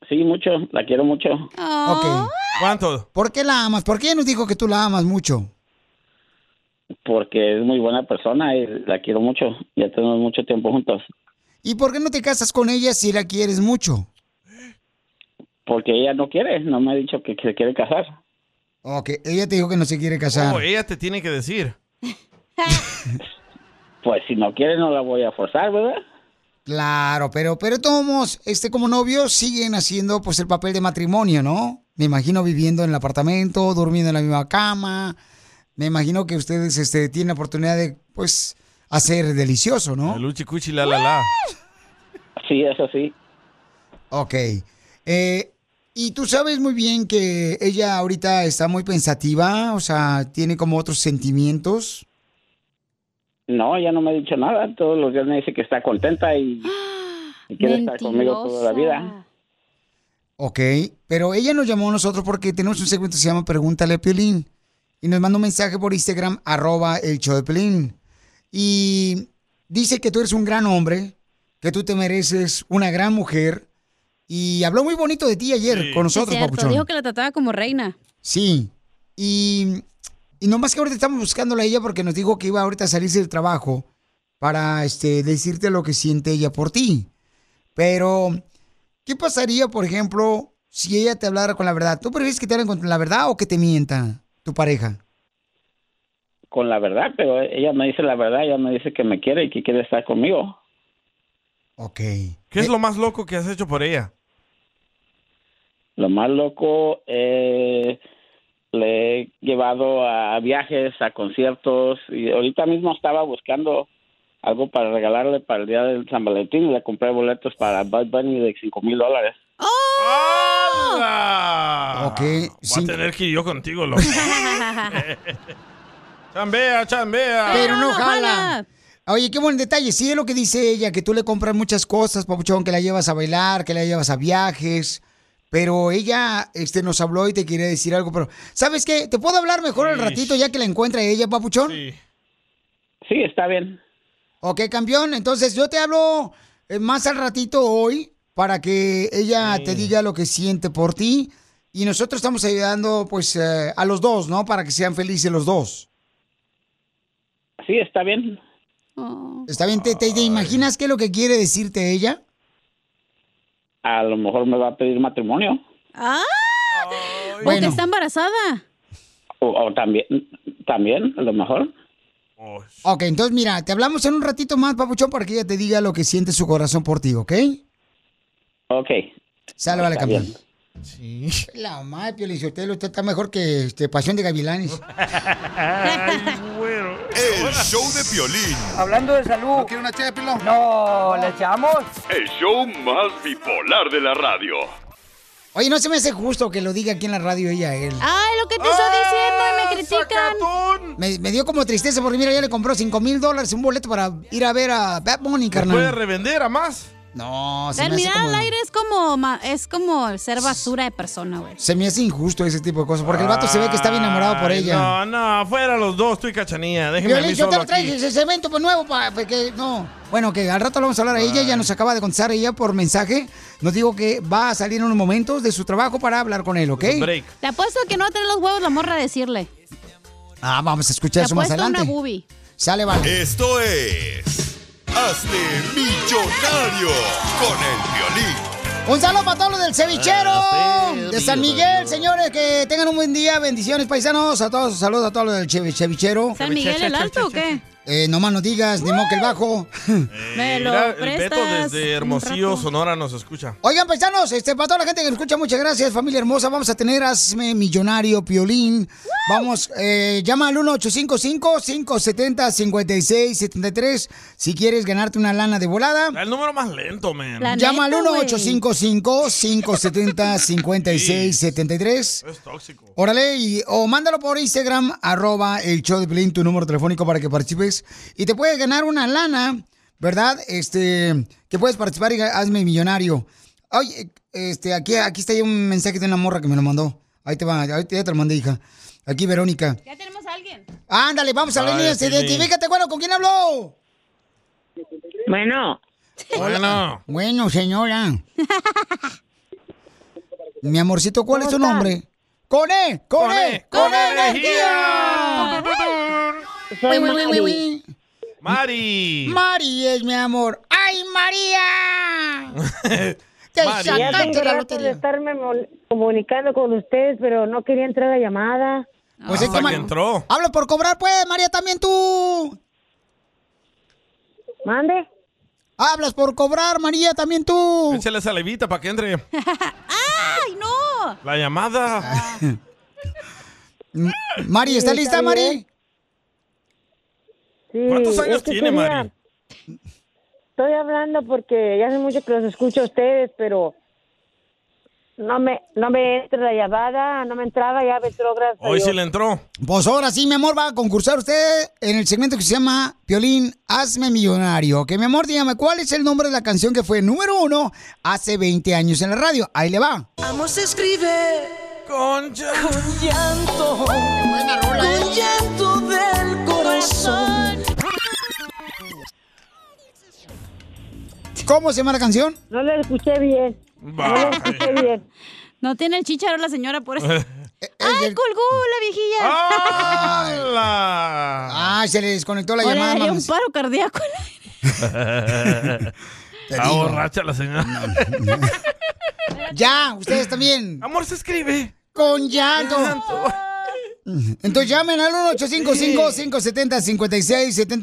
Sí, mucho, la quiero mucho.
Ok.
¿Cuánto?
¿Por qué la amas? ¿Por qué nos dijo que tú la amas mucho?
Porque es muy buena persona y la quiero mucho. Ya tenemos mucho tiempo juntos.
¿Y por qué no te casas con ella si la quieres mucho?
Porque ella no quiere, no me ha dicho que, que se quiere casar.
Ok, ella te dijo que no se quiere casar.
Oh, ella te tiene que decir.
Pues si no quiere, no la voy a forzar, ¿verdad?
Claro, pero, pero todos, este como novios siguen haciendo pues el papel de matrimonio, ¿no? Me imagino viviendo en el apartamento, durmiendo en la misma cama. Me imagino que ustedes este, tienen la oportunidad de, pues, hacer delicioso, ¿no?
El uchicuchi la la la.
Sí, eso sí.
Ok. Eh, y tú sabes muy bien que ella ahorita está muy pensativa, o sea, tiene como otros sentimientos.
No, ella no me ha dicho nada. Todos los días me dice que está contenta y, y quiere estar conmigo toda la vida.
Ok, pero ella nos llamó a nosotros porque tenemos un segmento que se llama Pregúntale a Piolín. Y nos manda un mensaje por Instagram, arroba el show de Piolín. Y dice que tú eres un gran hombre, que tú te mereces una gran mujer. Y habló muy bonito de ti ayer con nosotros,
Es cierto,
papuchón.
dijo que la trataba como reina.
Sí. Y, y nomás que ahorita estamos buscándola a ella porque nos dijo que iba ahorita a salirse del trabajo para este, decirte lo que siente ella por ti. Pero, ¿qué pasaría, por ejemplo, si ella te hablara con la verdad? ¿Tú prefieres que te hablen con la verdad o que te mienta tu pareja?
Con la verdad, pero ella me dice la verdad, ella me dice que me quiere y que quiere estar conmigo.
Ok.
¿Qué
Eh,
es lo más loco que has hecho por ella?
Lo más loco, eh, le he llevado a viajes, a conciertos y ahorita mismo estaba buscando algo para regalarle para el día del San Valentín y le compré boletos para Bad Bunny de cinco mil dólares.
Ah,
ok.
Voy a tener que ir yo contigo, loco. chambea, chambea.
Pero no jala. Oye, qué buen detalle. Sí, es lo que dice ella, que tú le compras muchas cosas, papuchón, que la llevas a bailar, que la llevas a viajes. Pero ella este, nos habló y te quería decir algo. Pero, ¿sabes qué? ¿Te puedo hablar mejor al ratito ya que la encuentra ella, papuchón? Sí.
Sí, está bien.
Ok, campeón. Entonces, yo te hablo eh, más al ratito hoy para que ella te diga lo que siente por ti. Y nosotros estamos ayudando, pues, eh, a los dos, ¿no? Para que sean felices los dos.
Sí, está bien.
Oh.
Está bien. ¿Te, te- te imaginas qué es lo que quiere decirte ella?
A lo mejor me va a pedir matrimonio.
¡Ah! Porque
Bueno.
está embarazada.
O, o también, también, a lo mejor.
Ok, entonces mira, te hablamos en un ratito más, Papuchón, para que ella te diga lo que siente su corazón por ti, ¿ok?
Ok.
Sale, vale,
Está
campeón.
bien.
Sí. La madre, Pio Lizotelo, usted está mejor que este, Pasión de Gavilanes.
El show de Piolín.
Hablando de salud. ¿No quiere una ché, Pilón? No, ¿le echamos?
El show más bipolar de la radio.
Oye, no se me hace justo que lo diga aquí en la radio ella a él.
¡Ay, lo que te
¡Ah!
estoy
Ah,
diciendo! y me critican!
Me, me dio como tristeza porque mira, ya le compró 5 mil dólares un boleto para ir a ver a Bad Bunny,
¿Lo puede
carnal.
revender a más?
No, se
El
me hace
mirar al
como...
aire es como, ma- es como ser basura de persona, güey.
Se me hace injusto ese tipo de cosas porque el vato se ve que está bien enamorado por
Ay,
ella.
No, no, fuera los dos, tú y Cachanía. Déjenme a
Violín,
mí
yo te
solo
lo traigo
aquí.
ese cemento pues, nuevo para que no. Bueno, que al rato lo vamos a hablar a ella. Ya nos acaba de contestar ella por mensaje. Nos dijo que va a salir en unos momentos de su trabajo para hablar con él, ¿ok?
Te apuesto que no va a tener los huevos la morra a decirle.
Ah, vamos a
Te
escuchar eso más
apuesto una
adelante.
boobie.
Sale, vale.
Esto es. Hazte Millonario con el violín.
Un saludo para todos los del cevichero
Ah,
de San Miguel, señores. Que tengan un buen día. Bendiciones, paisanos. A todos, saludos a todos los del chevi- cevichero.
¿San Miguel el alto o qué?
Eh, no más nos digas, ni modo que el bajo.
Me lo
Mira, el Beto
prestas.
desde Hermosillo, Sonora, nos escucha.
Oigan, paisanos, este, para toda la gente que nos escucha, muchas gracias, familia hermosa. Vamos a tener Hazme Millonario Piolín. Vamos, eh, llama al 1-855-570-5673 si quieres ganarte una lana de volada.
El número más lento, man.
llama al 1-855-570-5673.
Es tóxico.
Órale, y, o mándalo por Instagram, arroba el show de Piolín, tu número telefónico para que participes. Y te puedes ganar una lana, ¿verdad? Este, que puedes participar y ga- hazme millonario. Oye, este, aquí, aquí está ya un mensaje de una morra que me lo mandó. Ahí te va, ahí te, ya te lo mandé, hija. Aquí Verónica.
Ya tenemos a alguien.
Ándale, vamos a la
Ay,
línea,
Piolín.
identifícate, bueno, ¿con quién habló?
Bueno.
Hola. Bueno, señora. Mi amorcito, ¿cuál es tu nombre? E, ¡Cone!
E,
¡Cone!
¡Con energía!
Soy
Uy, uy, uy, uy,
Mari.
uy.
Mari.
Mari es mi amor. ¡Ay, María! Te
Ya tengo
sacaste la
rato de
lotería.
estarme mol- comunicando con ustedes, pero no quería entrar la llamada.
Pues es que, ma-
entró.
Habla por cobrar, pues, María, también tú.
Mande.
Hablas por cobrar, María, también tú.
Échale esa levita para que entre
¡Ay, no!
la llamada.
M- Mari, ¿está
Sí, está
lista, Mari?
bien. Sí,
¿Cuántos años
es que
tiene,
quería-
Mari?
Estoy hablando porque ya hace mucho que los escucho a ustedes, pero no me no me entra la llamada, no me entraba, ya me entró gracias. a
Hoy sí
Dios.
le entró.
Pues ahora sí, mi amor, va a concursar usted en el segmento que se llama Violín, hazme millonario. Que mi amor, dígame, ¿cuál es el nombre de la canción que fue número uno hace 20 años en la radio? Ahí le va.
Amor se escribe con, llanto.
¿eh?
Con llanto del corazón.
¿Cómo se llama la canción?
No la escuché bien.
No la escuché
bien.
No tiene el chicharo la señora por eso.
Eh,
¡Ay, colgó la viejilla!
Ah, se le desconectó la
O le
llamada.
daría un
mames.
paro cardíaco.
Está
digo.
Ah, borracha la señora.
Ya, ustedes también.
Amor se escribe.
Con llanto. Entonces llamen al 1-855-570-5673.
Que Ahí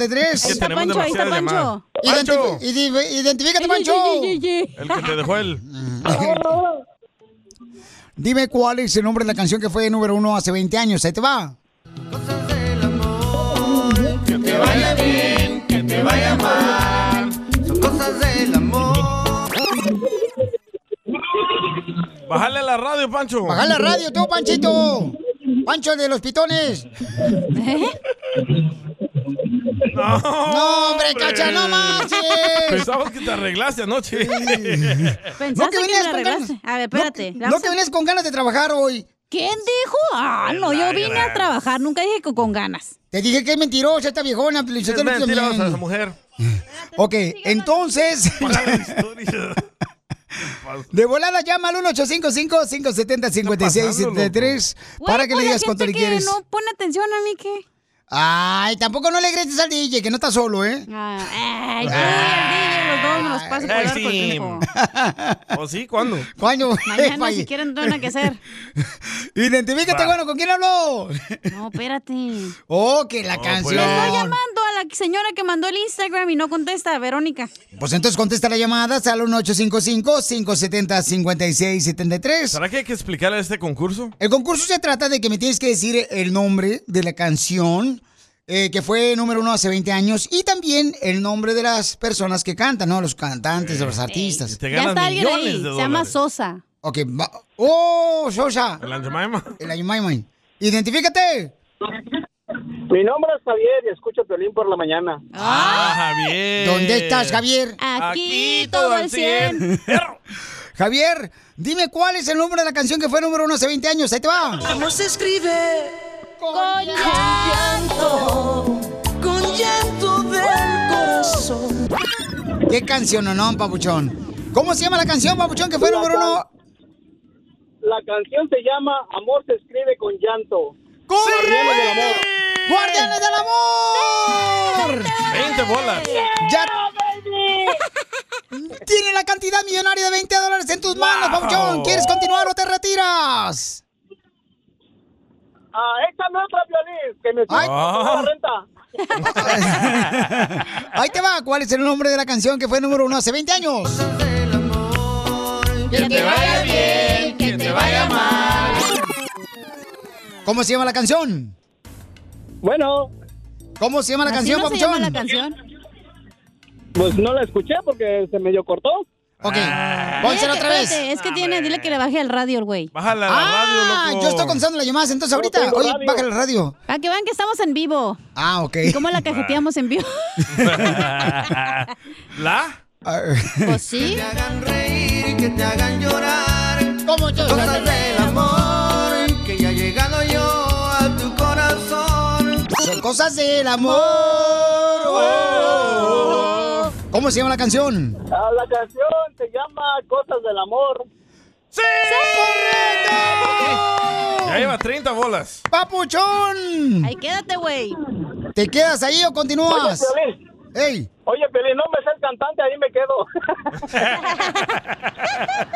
está tenemos Pancho, ahí está demasiadas Pancho. llamadas.
Identi-
¡Pancho!
idif- identifícate, Pancho.
El que te dejó el.
Dime cuál es el nombre de la canción que fue número uno hace 20 años. Ahí te va.
Que te vaya bien, que te vaya mal. Son cosas del amor.
Bájale la radio, Pancho.
Baja la radio, tú, Panchito. Pancho el de los pitones.
¿Eh? No,
No, hombre, cacha, no marches.
Pensamos que te arreglaste anoche.
Pensaste
No, que
que
venías
me
con
arreglaste.
ganas.
A ver,
No,
espérate.
no,
vamos
que
a-
venías con ganas de trabajar hoy.
¿Quién dijo? Ah, no, yo vine a trabajar. Nunca dije que con ganas.
Te dije que es mentirosa esta viejona. Es
mentirosa esa mujer.
Ok, entonces. De volada llama al 1-855-570-5673 para
Güey,
que le
pues,
digas
la gente
cuánto le
que
quieres.
No pone atención a mí que.
Ay, tampoco no le grites al DJ, que no está solo, ¿eh?
Ah, ay, yo y el DJ, los dos me los paso por
Ay,
dar
sí.
conejo.
¿O sí? ¿Cuándo?
¿Cuándo?
Mañana,
Falle.
si quieren, no tienen que hacer.
Identifícate,
Va.
bueno, ¿con quién habló?
No, espérate.
Oh, que la
pues. Le estoy
canción.
llamando a la señora que mandó el Instagram y no contesta, Verónica.
Pues entonces contesta la llamada, sale 1-855-570-5673.
¿Será que hay que explicarle este concurso?
El concurso se trata de que me tienes que decir el nombre de la canción eh, que fue número uno hace 20 años y también el nombre de las personas que cantan, ¿no? Los cantantes, los artistas.
Ya está alguien ahí. Se llama Sosa.
Ok, va- ¡Oh, Sosa! El
Ayumaima.
El Ayumaima. ¡Identifícate!
Mi nombre es Javier y escucho Piolín por la mañana.
Ah, Javier.
¿Dónde estás, Javier?
Eh, Aquí, todo al 100.
Javier, dime cuál es el nombre de la canción que fue número uno hace 20 años. Ahí te va.
¿Cómo se escribe? Con llanto. Con llanto del corazón.
¿Qué canción o no, papuchón? ¿Cómo se llama la canción, papuchón, que fue número uno?
La canción se llama Amor se escribe con llanto.
¡Corre! ¡Guardianes del amor!
20 bolas.
¡Ya! Tiene la cantidad millonaria de 20 dólares en tus manos,
Wow.
papuchón. ¿Quieres continuar o te retiras?
Ah, échame otra Piolín, que me
Ay. Oh.
estoy pagando la renta.
Ahí te va. ¿Cuál es el nombre de la canción que fue número uno hace 20 años?
Que te vaya bien, que te vaya mal.
¿Cómo se llama la canción?
Bueno.
¿Cómo se llama la canción, papuchón?
Pues no la escuché porque se medio cortó.
Ok.
Dile que- espérate, Es que tiene, dile que le baje el radio el güey.
Bájala
la Ah, radio, loco. yo estoy contestando las llamadas, entonces ahorita.
tengo
Oye,
radio.
bájale el radio.
Para que vean que estamos en vivo.
Ah, ok.
¿Y cómo la cajeteamos en vivo?
¿La?
Pues sí.
Reír, que te hagan llorar. Cosas del amor. Que ya he llegado yo a tu corazón.
Son cosas del amor. Oh, oh, oh. ¿Cómo se llama la canción?
Ah, la canción se llama Cosas del Amor.
¡Sí! Ya lleva 30 bolas.
¡Papuchón!
Ahí quédate, güey.
¿Te quedas ahí o continúas?
Oye, Piolín.
Ey.
Oye, Pelín, no me sé el cantante, ahí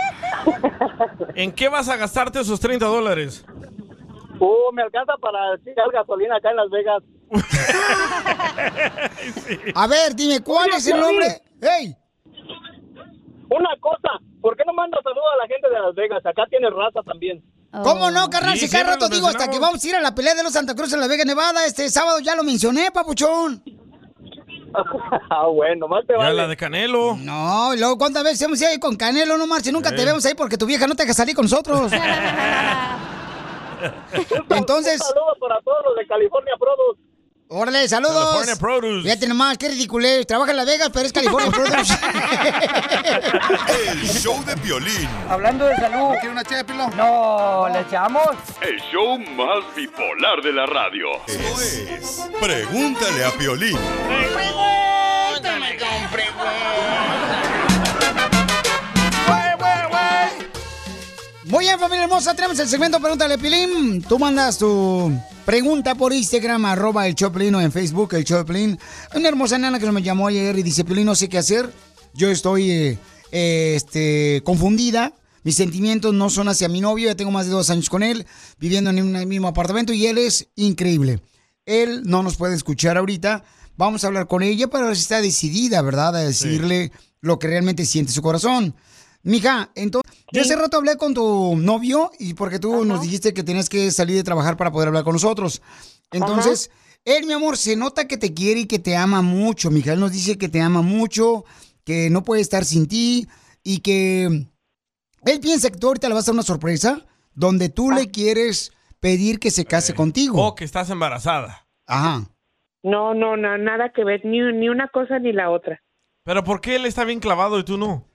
me quedo.
¿En qué vas a gastarte esos 30 dólares?
Uh, me alcanza para echar gasolina acá en Las Vegas.
A ver, dime, ¿cuál
Oye,
es el
Piolín.
nombre? ¡Ey!
Una cosa, ¿por qué no mandas saludos a la gente de Las Vegas? Acá tienes raza también.
¿Cómo no, carnal? si cada rato digo hasta que vamos a ir a la pelea de los Santa Cruz en la Vega Nevada este sábado, ya lo mencioné, papuchón.
Ah, bueno, más te
Ya
vale.
la de Canelo.
No, y luego cuántas veces hemos ido ahí con Canelo, no marches, nunca te
Sí.
vemos ahí porque tu vieja no te deja salir con nosotros. Entonces.
Un saludo para todos los de California Produce.
Órale, saludos.
California Produce.
Fíjate nomás, qué ridiculez. Trabaja en Las Vegas, pero es California Produce.
El show de violín.
Hablando de salud. ¿Quiere una ché No, ¿le echamos?
El show más bipolar de la radio.
Pregúntale a Piolín.
Muy bien, familia hermosa, tenemos el segmento Pregúntale a Pilín. Tú mandas tu pregunta por Instagram, arroba el Choplin o en Facebook, el Choplin. Hay una hermosa nana que me llamó ayer y dice, Pilín, no sé qué hacer. Yo estoy eh, eh, este, confundida. Mis sentimientos no son hacia mi novio, ya tengo más de dos años con él, viviendo en un mismo apartamento y él es increíble. Él no nos puede escuchar ahorita. Vamos a hablar con ella para ver si está decidida, ¿verdad? A decirle lo que realmente siente su corazón. Mija, entonces, yo hace rato hablé con tu novio y porque tú nos dijiste que tenías que salir de trabajar para poder hablar con nosotros. Entonces, él, mi amor, se nota que te quiere y que te ama mucho, mija. Él nos dice que te ama mucho, que no puede estar sin ti y que él piensa que tú ahorita le vas a dar una sorpresa donde tú le quieres pedir que se case contigo.
O que estás embarazada.
Ajá.
No, no, na- nada que ver, ni, ni una cosa ni la otra.
Pero ¿por qué él está bien clavado y tú no?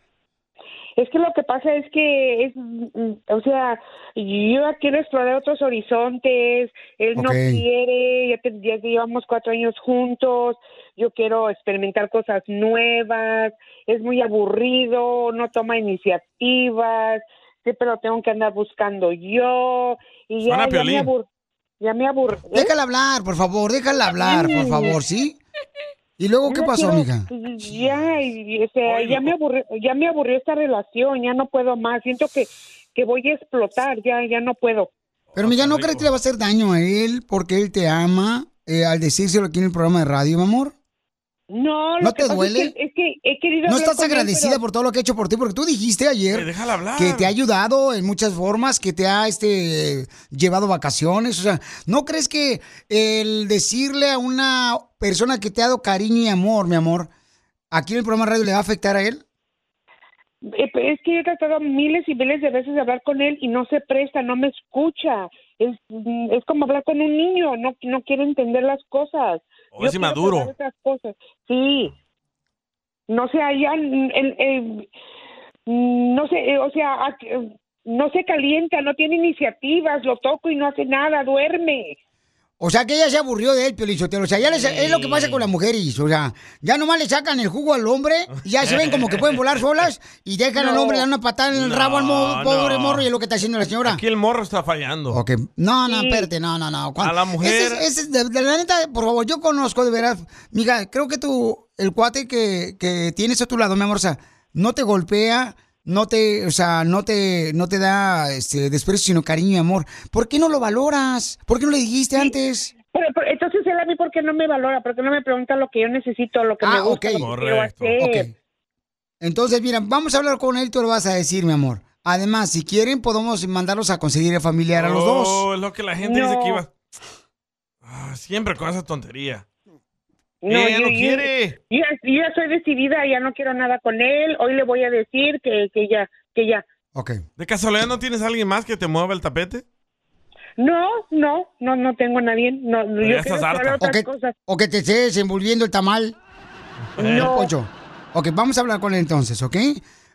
Es que lo que pasa es que es, mm, o sea, yo ya quiero explorar otros horizontes, él no
Ok.
quiere, ya, te- ya llevamos cuatro años juntos, yo quiero experimentar cosas nuevas, es muy aburrido, no toma iniciativas, siempre lo tengo que andar buscando yo, y ya,
Suena
ya me
Piolín.
aburrí. Ya me aburrí.
Déjala hablar, por favor, déjala hablar, por favor, ¿sí? ¿Y luego qué
No
pasó,
quiero-
mija?
Ya, y- y, o sea, ya me aburrió, ya me aburrió esta relación, ya no puedo más, siento que, que voy a explotar, ya, ya no puedo.
Pero mija, ¿no crees que le va a hacer daño a él porque él te ama eh, al decírselo aquí en el programa de radio, mi amor?
No, lo
¿No te
que pasa
duele?
Es que, es que he querido
¿No
hablar
estás
con él,
agradecida
pero-
por todo lo que ha hecho por ti? Porque tú dijiste ayer
Eh, déjala hablar.
que te ha ayudado en muchas formas, que te ha este, eh, llevado vacaciones. O sea, ¿no crees que el decirle a una persona que te ha dado cariño y amor, mi amor, aquí en el programa de radio le va a afectar a él?
Eh, pe- Es que yo he tratado miles y miles de veces de hablar con él y no se presta, no me escucha. Es, mm, es como hablar con un niño, no, no quiere entender las cosas.
O
Yo
es
quiero
inmaduro.
probar otras cosas. Sí. No sé, allá, mm, el- el- mm, no sé, eh, o sea, ac- eh, no se calienta, no tiene iniciativas, lo toco y no hace nada, duerme.
O sea, que ella se aburrió de él, Piolichotelo. O sea, ya les- es lo que pasa con las mujeres. O sea, ya nomás le sacan el jugo al hombre, y ya se ven como que pueden volar solas y dejan al
No.
hombre, le dan una patada en el rabo al mo-
No,
pobre
no.
morro y es lo que está haciendo la señora.
Aquí el morro está fallando.
Ok. No, no, espérate, no, no, no.
A la mujer.
Ese es- eh, ese es de, de la neta, por favor, yo conozco de veras. Mira, creo que tú, el cuate que, que tienes a tu lado, mi amor, o sea, no te golpea, no te, o sea, no te, no te da este, desprecio, sino cariño y amor. ¿Por qué no lo valoras? ¿Por qué no le dijiste antes?
Pero, pero, entonces él a mí, ¿por qué no me valora? ¿Por qué no me pregunta lo que yo necesito, lo que me
Ah,
gusta,
ok.
lo que quiero
Correcto.
hacer?
Ok. Entonces, mira, vamos a hablar con él, tú lo vas a decir, mi amor. Además, si quieren, podemos mandarlos a conseguir el familiar a los dos.
Oh, es lo que la gente dice que
No.
iba. Ah, siempre con esa tontería.
No,
Ella
yo,
no
yo-
quiere.
yo ya- yo ya estoy decidida, ya no quiero nada con él. Hoy le voy a decir que, que ya, que ya.
Ok.
¿De casualidad no tienes a alguien más que te mueva el tapete?
No, no, no, no tengo a nadie. No, no,
Pero ya
yo quiero
estás harta.
explorar
O
otras
que,
cosas.
o que te estés envolviendo el tamal.
Eh.
No.
Poncho. Ok, vamos a hablar con él entonces, ¿ok?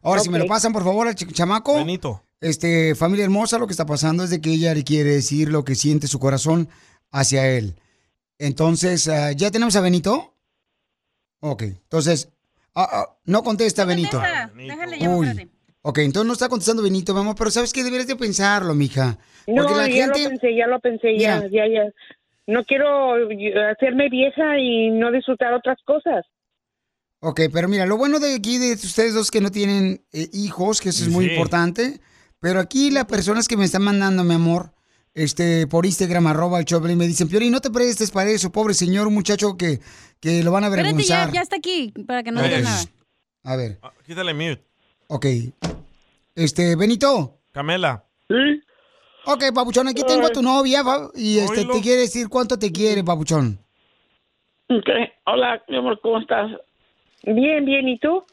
Ahora, si me lo
Ok.
pasan, por favor, al ch- chamaco.
Benito.
Este, familia hermosa, lo que está pasando es de que ella le quiere decir lo que siente su corazón hacia él. Entonces, ah, ¿ya tenemos a Benito? Ok, entonces, ah, ah, no contesta Benito.
Déjale,
Uy. Ok, entonces no está contestando Benito, mamá, pero ¿sabes que Deberías de pensarlo, mija.
No,
Porque la
ya
gente...
lo pensé, ya lo pensé, ya,
Mira.
ya, ya. no quiero eh, hacerme vieja y no disfrutar otras cosas.
Ok, pero mira, lo bueno de aquí, de ustedes dos que no tienen eh, hijos, que eso es muy
Sí.
importante, pero aquí las personas que me están mandando, mi amor, este, por Instagram, arroba el Choplin, me dicen, Piori, no te prestes para eso, pobre señor, un muchacho que, que lo van a
Espérate, ya,
avergonzar.
ya está aquí, para que no
Eh,
digas nada.
A ver,
Quítale mute.
ok. Este, Benito.
Camela.
Sí. Ok, papuchón, aquí tengo
Ah.
a tu novia pa- y este, te quiere decir cuánto te quiere, papuchón.
Ok. Hola, mi amor, ¿cómo estás?
Bien, bien, ¿y tú?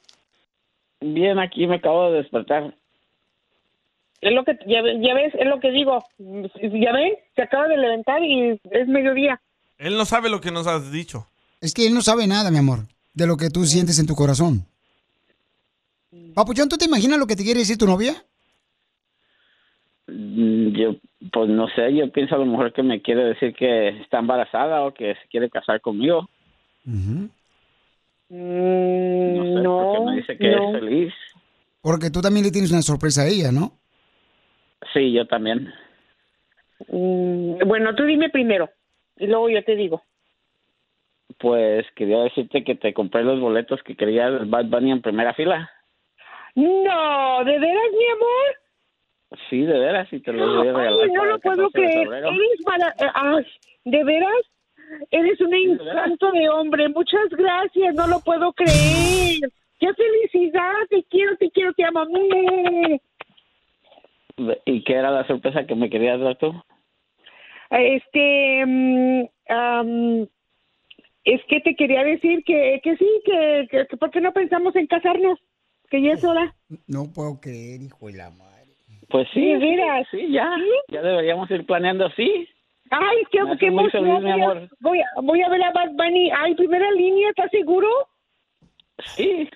Bien, aquí me acabo de despertar.
Es lo que, ya, ve- ya ves, es lo que digo. Ya ven, se acaba de levantar y es mediodía.
Él no sabe lo que nos has dicho.
Es que él no sabe nada, mi amor, de lo que
Mm.
tú sientes en tu corazón. Papuchón, ¿tú te imaginas lo que te quiere decir tu novia?
Mm, Yo, pues no sé, yo pienso a lo mejor que me quiere decir que está embarazada o que se quiere casar conmigo.
Mm,
No sé, porque me dice que
no.
es feliz.
Porque tú también le tienes una sorpresa a ella, ¿no?
Sí, yo también.
Mm, bueno, tú dime primero y luego yo te digo.
Pues quería decirte que te compré los boletos que quería del Bad Bunny en primera fila.
No, ¿de veras, mi amor?
Sí, de veras, y te los voy a regalar.
Ay, no
para
lo
el
puedo
14 de
creer.
febrero.
Eres para... eh, ay, ¿De veras? Eres un encanto de hombre. Muchas gracias. No lo puedo creer. ¡Qué felicidad! Te quiero, te quiero, te amo. Mm.
¿Y qué era la sorpresa que me querías dar tú?
Este... mm, am, es que te quería decir que, que sí, que, que, que ¿por qué no pensamos en casarnos? Que ya es hora.
No puedo creer, hijo de la madre.
Pues sí,
De veras.
sí, ya. Ya deberíamos ir planeando así.
Ay, qué,
Me hace
qué
muy
emoción.
feliz, mi
voy a-
amor.
Voy, a, voy a ver a Bad Bunny. Ay, primera línea, ¿estás seguro?
Sí.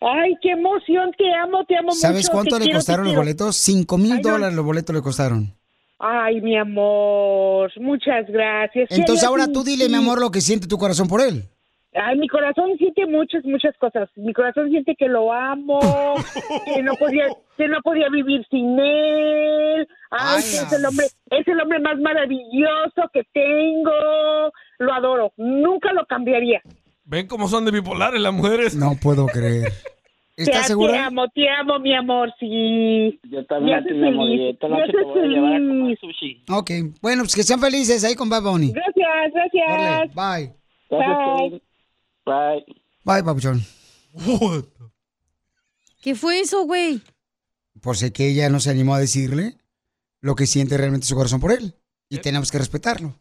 Ay, qué emoción. Te amo, te amo mucho.
¿Sabes
te
cuánto le
quiero, te
costaron los
quiero.
boletos? Cinco mil dólares los boletos le costaron.
Ay, mi amor, muchas gracias.
Entonces
Sí,
ahora
sí,
tú dile,
sí.
mi amor, lo que siente tu corazón por él.
Ay, mi corazón siente muchas, muchas cosas. Mi corazón siente que lo amo, que no podía, que no podía vivir sin él. Ay, que es el hombre, es el hombre más maravilloso que tengo. Lo adoro. Nunca lo cambiaría.
¿Ven cómo son de bipolares las mujeres?
No puedo creer.
te, Te amo, te amo, mi amor, sí.
Yo
Me
también a
haces
ti, mi amor,
feliz,
y esta
me
noche te
haces
voy a llevar a comer
feliz.
sushi.
Ok, bueno, pues que sean felices ahí con Bad Bunny.
Gracias, gracias.
Bye.
Gracias, Bye.
Bye, papuchón.
¿Qué fue eso, güey?
Por si que ella no se animó a decirle lo que siente realmente su corazón por él. Y tenemos que respetarlo.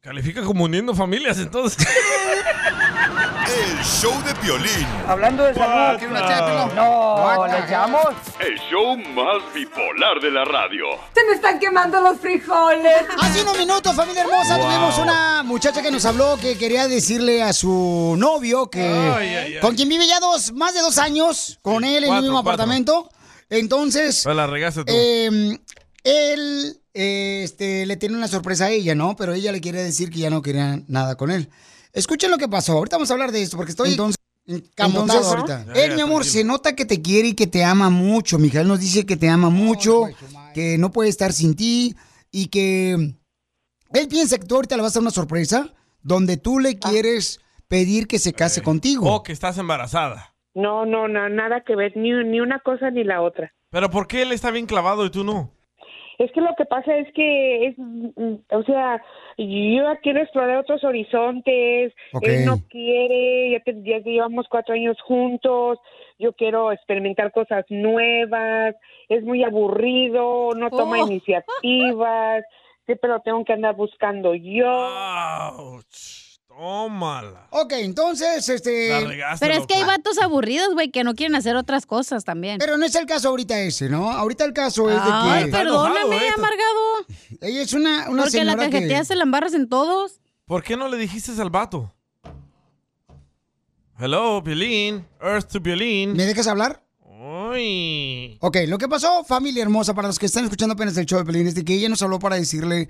Califica como uniendo familias, entonces.
El show de violín.
Hablando de salud, ¿quiere una chave, Pelón? No,
¿eh?
¿le echamos?
El show más bipolar de la radio.
Se me están quemando los frijoles. Hace unos minutos, familia hermosa,
Wow.
tuvimos una muchacha que nos habló que quería decirle a su novio que
Ay, ay, ay.
con quien vive ya dos, más de dos años con él en
cuatro,
el mismo
cuatro.
apartamento. Entonces,
Pero la regaste tú.
eh, él eh, este, le tiene una sorpresa a ella, ¿no? Pero ella le quiere decir que ya no quería nada con él. Escuchen lo que pasó. Ahorita vamos a hablar de esto porque estoy entonces.
Encamotado
entonces,
ahorita.
¿eh?
Ya, ya,
Él, mi amor, se nota que te quiere y que te ama mucho. Miguel nos dice que te ama mucho, que no puede estar sin ti y que él piensa que tú ahorita le vas a dar una sorpresa donde tú le quieres pedir que se case contigo.
O Oh, que estás embarazada.
No, no, no, nada que ver, ni, ni una cosa ni la otra.
Pero ¿por qué él está bien clavado y tú no?
Es que lo que pasa es que es, mm, o sea, yo ya quiero explorar otros horizontes,
Ok.
él no quiere, ya, te- ya llevamos cuatro años juntos, yo quiero experimentar cosas nuevas, es muy aburrido, no toma
Oh.
iniciativas, siempre lo tengo que andar buscando yo.
Tómala.
Ok, entonces, este...
La regaste,
Pero es que hay
loco.
vatos aburridos, güey, que no quieren hacer otras cosas también.
Pero no es el caso ahorita ese, ¿no? Ahorita el caso es de que...
Ay, perdóname, amargado.
Ella es una, una
Porque la
señora que-
cajetea se la embarras en todos.
¿Por qué no le dijiste al vato? Hello, violín. Earth to violín.
¿Me dejas hablar?
Uy.
Ok, lo que pasó, familia hermosa, para los que están escuchando apenas el show de Pelín, es de que ella nos habló para decirle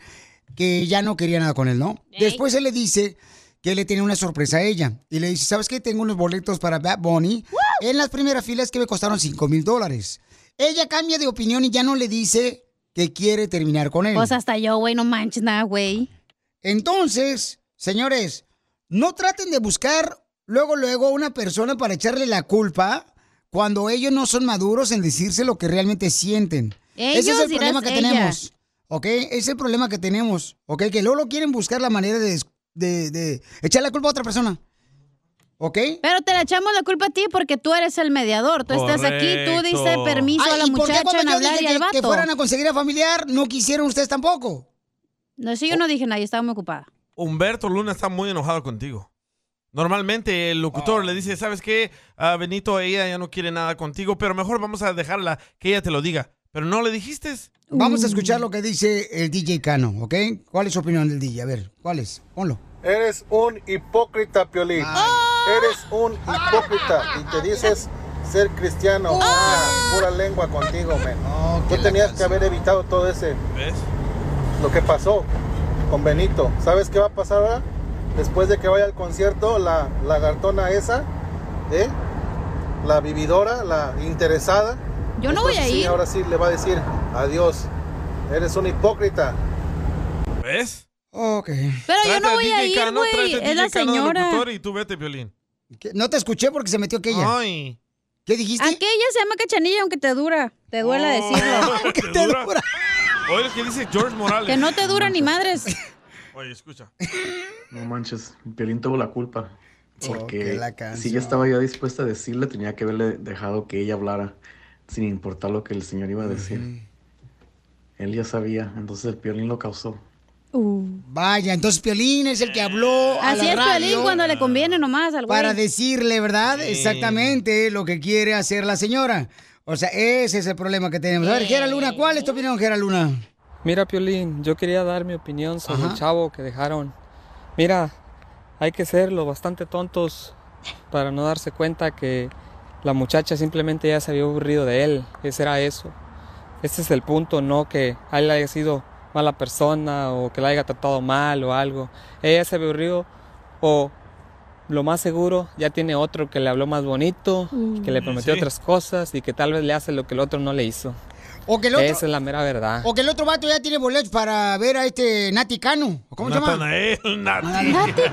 que ya no quería nada con él, ¿no? Después él le dice que le tiene una sorpresa a ella. Y le dice, ¿sabes qué? Tengo unos boletos para Bad Bunny en las primeras filas que me costaron 5 mil dólares. Ella cambia de opinión y ya no le dice que quiere terminar con él.
Pues hasta yo, güey, no manches nada, güey.
Entonces, señores, no traten de buscar luego, luego a una persona para echarle la culpa cuando ellos no son maduros en decirse lo que realmente sienten. Ese es
Ellos
el problema que
dirás ella.
tenemos. ¿Ok? Ese es el problema que tenemos. ¿Ok? Que luego quieren buscar la manera de, de- de echar la culpa a otra persona. ¿Ok?
Pero te la echamos la culpa a ti porque tú eres el mediador. Tú estás aquí, tú diste
Correcto.
permiso a
Ay,
la
¿y por qué
muchacha
cuando
en
yo
hablar
dije
y al
que-
vato.
Que fueran a conseguir a familiar, no quisieron ustedes tampoco.
No, eso yo no dije nada, yo estaba muy ocupada.
Humberto Luna está muy enojado contigo. Normalmente el locutor le dice, ¿sabes qué? A Benito, ella ya no quiere nada contigo, pero mejor vamos a dejarla que ella te lo diga. Pero no le dijiste.
Vamos a escuchar
Mm.
lo que dice el DJ Cano, ¿ok? ¿Cuál es su opinión del DJ? A ver, ¿cuál es? Ponlo.
Eres un hipócrita, Piolín. Ah. Eres un hipócrita y te dices ser cristiano. Mira, Pura lengua contigo, men. Tú tenías que haber evitado todo ese.
¿Ves?
Lo que pasó con Benito. ¿Sabes qué va a pasar ahora? Después de que vaya al concierto, la lagartona esa, ¿eh? La vividora, la interesada.
Yo no voy a
entonces sí,
ir.
ahora sí le va a decir adiós. Eres un hipócrita.
¿Ves?
Ok.
Pero
yo no voy
a ir, güey, es la señora.
y tú vete, Piolín.
¿Qué? No te escuché porque se metió aquella.
Ay.
¿Qué dijiste?
Aquella se llama cachanilla, aunque te dura. Te duela decirlo.
¿Qué te dura? Oye, lo que dice George Morales.
que no te dura ni madres.
Oye, escucha.
No manches, Piolín tuvo la culpa.
que
Porque
la
si
canción.
ya estaba ya dispuesta a decirle, tenía que haberle dejado que ella hablara, sin importar lo que el señor iba a decir. Él ya sabía, entonces el Piolín lo causó.
Vaya, entonces Piolín es el que habló a
Uh. Así
la
es,
radio
Piolín, cuando le conviene nomás al güey.
para decirle, ¿verdad?
Sí.
Exactamente lo que quiere hacer la señora. O sea, ese es el problema que tenemos. A ver, Gera Luna, ¿cuál es tu opinión, Gera Luna?
Mira, Piolín, yo quería dar mi opinión sobre
Ajá.
el chavo que dejaron. Mira, hay que ser lo bastante tontos para no darse cuenta que la muchacha simplemente ya se había aburrido de él. Ese era eso. Ese es el punto, no que él haya sido mala persona o que la haya tratado mal o algo. Ella se aburrió o lo más seguro ya tiene otro que le habló más bonito, que le Mm. prometió Sí. otras cosas y que tal vez le hace lo que el otro no le hizo.
O que el otro-
Esa es la mera verdad.
O que el otro vato ya tiene boletos para ver a este Nati Cano. ¿Cómo se llama?
Natanael,
eh.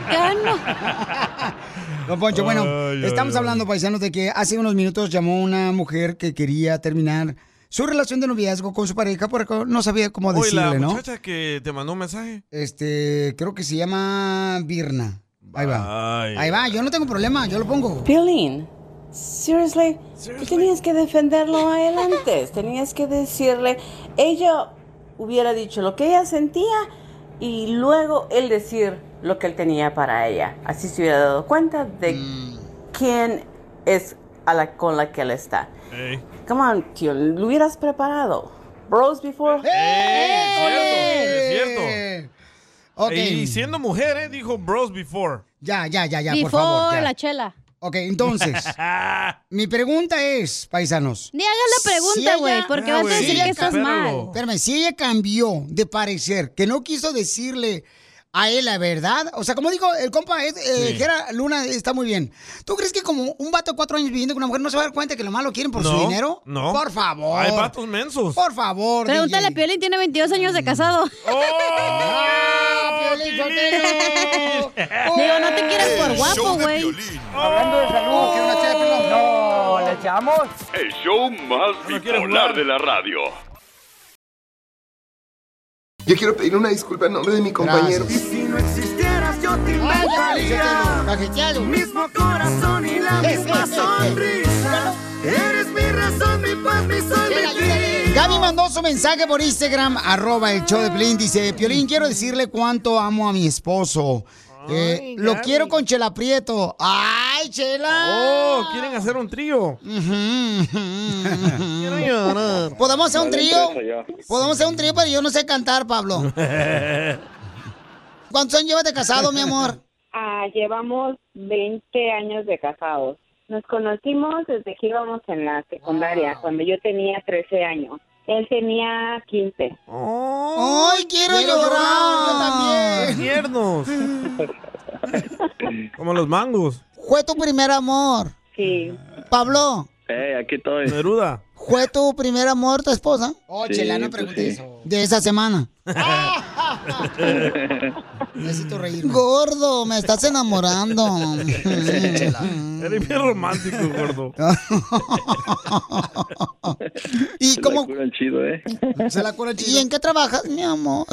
Don Poncho, bueno,
Ay, ay,
estamos
ay.
hablando, paisanos, de que hace unos minutos llamó una mujer que quería terminar su relación de noviazgo con su pareja porque no sabía cómo
Oye, la
decirle, ¿no?
muchacha que te mandó un mensaje.
Este, creo que se llama Birna. Ahí va.
Ay.
Ahí va, yo no tengo problema, yo lo pongo.
Piolín, seriously, tú tenías que defenderlo a él antes, tenías que decirle, ella hubiera dicho lo que ella sentía y luego él decir lo que él tenía para ella. Así se hubiera dado cuenta de
Mm.
quién es a la, con la que él está. Come on, tío, lo hubieras preparado. Bros before.
Eh,
Es cierto.
Ok.
Y siendo mujer, ¿eh? dijo bros before.
Ya, ya, ya, ya, por
Before
favor. ya.
la chela.
Ok, entonces, mi pregunta es, paisanos.
Ni hagas la pregunta, güey, porque
Ah,
vas a decir que estás mal.
Espérame, si ella cambió de parecer, que no quiso decirle a él la verdad, o sea, como dijo el compa, eh, eh,
Sí.
Gera Luna está muy bien. ¿Tú crees que como un vato de cuatro años viviendo con una mujer no se va a dar cuenta que lo malo quieren por su
No,
dinero?
no.
Por favor.
Hay vatos mensos.
Por favor. Mm.
Pregúntale a
DJ.
Piolín, tiene 22 años de casado.
¡Oh!
Ah, Digo, no te quieras por
El
guapo,
show de
güey.
Oh.
Hablando de salud, ¿quiere una chépilo? No, ¿le echamos?
El show más bipolar de la radio.
Yo quiero pedir una disculpa en nombre de mi compañero.
Si no existieras yo te inventaría Mismo corazón y la misma sonrisa Eres mi razón, mi paz, mi sol, mi fin
Gaby mandó su mensaje por Instagram, arroba el show de Piolín. Dice, Piolín, quiero decirle cuánto amo a mi esposo. Eh, lo quiero con Chela Prieto. Ah, ¡Ay, Chela!
Oh, quieren hacer un trío.
Quiero
llorar.
¿Podemos hacer un
Vale,
trío?
empiezo
¿Podemos hacer un trío? Pero yo no sé cantar, Pablo. ¿Cuántos años llevas de casado, mi amor?
Ah, llevamos 20 años de casados. Nos conocimos desde que íbamos en la secundaria,
Ah.
cuando yo tenía 13 años. Él tenía 15.
Oh.
¡Ay, quiero, llorar!
Tiernos. Como los mangos.
Fue tu primer amor.
Sí.
Pablo,
Eh, aquí estoy.
Neruda.
¿Fue tu primer amor tu esposa?
Oh, chela,
pues
no preguntes
eso. De esa semana.
Necesito reír.
Gordo, me estás enamorando.
Eres bien romántico, gordo.
¿Y
Se la
cómo?
curan chido, ¿eh?
Se la cura ¿Y en qué trabajas, mi amor?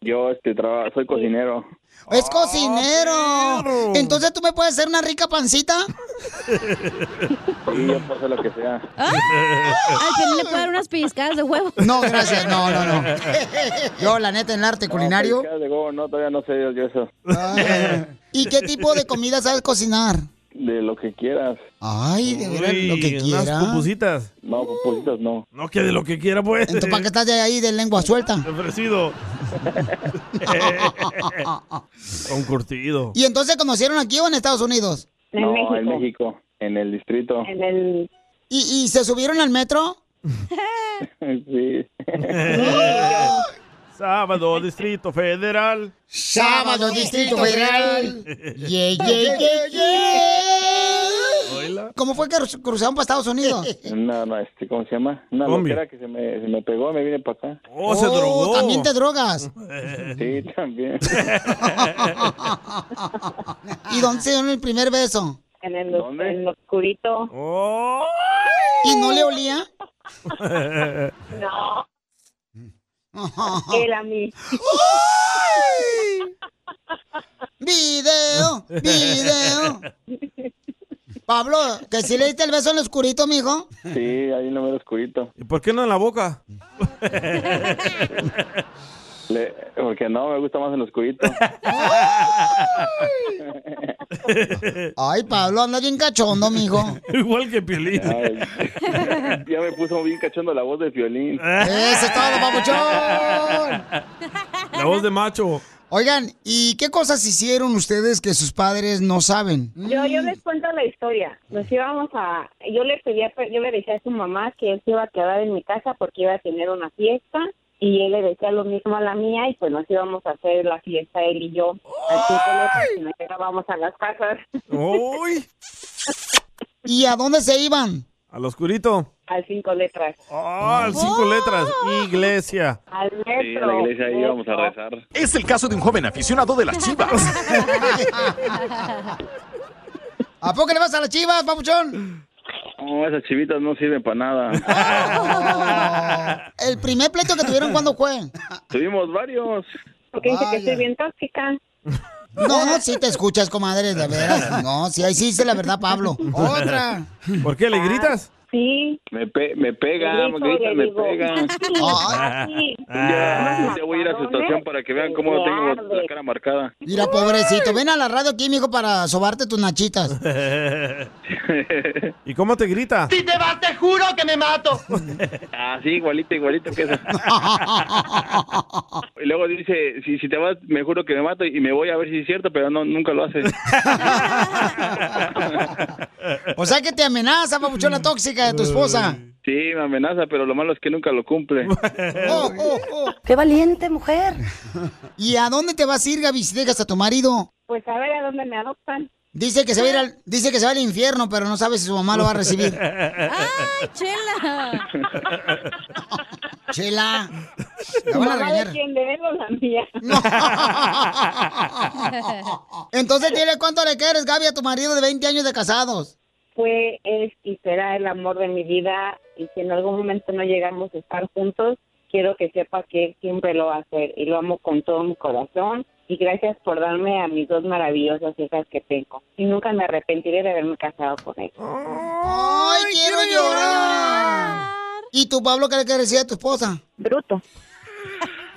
Yo este, traba- soy cocinero.
Es
Ah,
cocinero. Entonces tú me puedes hacer una rica pancita.
Y yo paso lo que sea.
¡Ah!
Al final le puedo dar unas pellizcadas de huevo.
No, gracias, no, no, no. Yo, la neta, en el arte culinario.
No, de huevo, no, todavía no sé yo eso.
¿Y qué tipo de comida sabes cocinar?
De lo que quieras.
Ay, de veras, lo que
unas
quieras.
pupusitas. No, pupusitas no.
No, que de lo que quiera, pues.
Entonces, ¿para qué estás de ahí de lengua suelta?
Ofrecido. Concurtido.
¿Y entonces conocieron aquí o en Estados Unidos?
no, en México, en el distrito.
¿Y, y se subieron al metro?
sí.
Sábado, Distrito Federal.
Sábado, Distrito Federal. Yeah, yeah, yeah, yeah. ¿Cómo fue que cru- cruzaron para Estados Unidos?
No, no, este, ¿cómo se llama? Una
Combi.
loquera que se me, se me pegó, me vine para acá.
Oh, se drogó.
¿También te drogas?
Sí, también.
¿Y dónde se dieron el primer beso?
En el, en el oscurito.
¿Y no le olía?
No. Él a mí.
Video, video. Pablo, ¿que si le diste el beso en lo oscurito, mijo?
Sí, ahí no me lo oscurito.
¿Y por qué no en la boca?
Le- porque no, me gusta más el oscurito.
Ay, Pablo, anda bien cachondo, mijo.
Igual que Piolín.
ya me puso bien cachondo la voz de violín.
¡Eso es todo, papuchón!
La voz de macho.
Oigan, ¿y qué cosas hicieron ustedes que sus padres no saben?
Yo, yo les cuento la historia. Nos íbamos a, yo le pedía, yo le decía a su mamá que él se iba a quedar en mi casa porque iba a tener una fiesta y él le decía lo mismo a la mía y pues nos íbamos a hacer la fiesta él y yo. Así que nos llegábamos a las casas
¡Uy!
¿Y a dónde se iban?
Al oscurito.
al cinco letras.
Al cinco letras. Iglesia.
Al
Oh. Sí, a la
metro.
iglesia ahí vamos a rezar.
Es el caso de un joven aficionado de las chivas.
¿A poco le vas a las chivas, papuchón?
No, esas chivitas no sirven para nada.
El primer pleito que tuvieron cuando fue.
Tuvimos varios.
Porque dice que soy bien tóxica.
No, no, sí te escuchas, comadre, de veras. No, sí, ahí sí dice la verdad, Pablo. Otra.
¿Por qué le gritas?
Sí.
Me, pe- me pega, me
Grito,
grita,
le
me
digo.
pega.
Ay.
Ah.
Ya, ya voy a ir a su estación para que vean cómo tengo la cara marcada.
Mira, pobrecito, ven a la radio aquí, mijo, para sobarte tus nachitas.
¿Y cómo te grita?
Si te vas, te juro que me mato.
Ah, sí, igualito, igualito que esa. Y luego dice, si, si te vas, me juro que me mato y me voy a ver si es cierto, pero no, nunca lo hace.
O sea que te amenaza, papuchona tóxica de tu esposa.
Sí, me amenaza, pero lo malo es que nunca lo cumple.
¡Qué valiente mujer! Oh, ¿Y a dónde te vas a ir, Gaby, si dejas a tu marido?
Pues a ver a dónde me adoptan.
Dice que se va a ir al, dice que se va al infierno, pero no sabe si su mamá lo va a recibir.
¡Ay, chela!
Chela. La van a
¿Mamá
regañar.
de quién? ¿De él o la mía?
Entonces dile cuánto le quieres, Gaby, a tu marido de 20 años de casados.
fue, es y será el amor de mi vida y si en algún momento no llegamos a estar juntos, quiero que sepa que él siempre lo va a hacer y lo amo con todo mi corazón y gracias por darme a mis dos maravillosas hijas que tengo y nunca me arrepentiré de haberme casado con él.
¡Ay, quiero, llorar! ¿Y tú, Pablo, qué le quieres decir a tu esposa?
Bruto.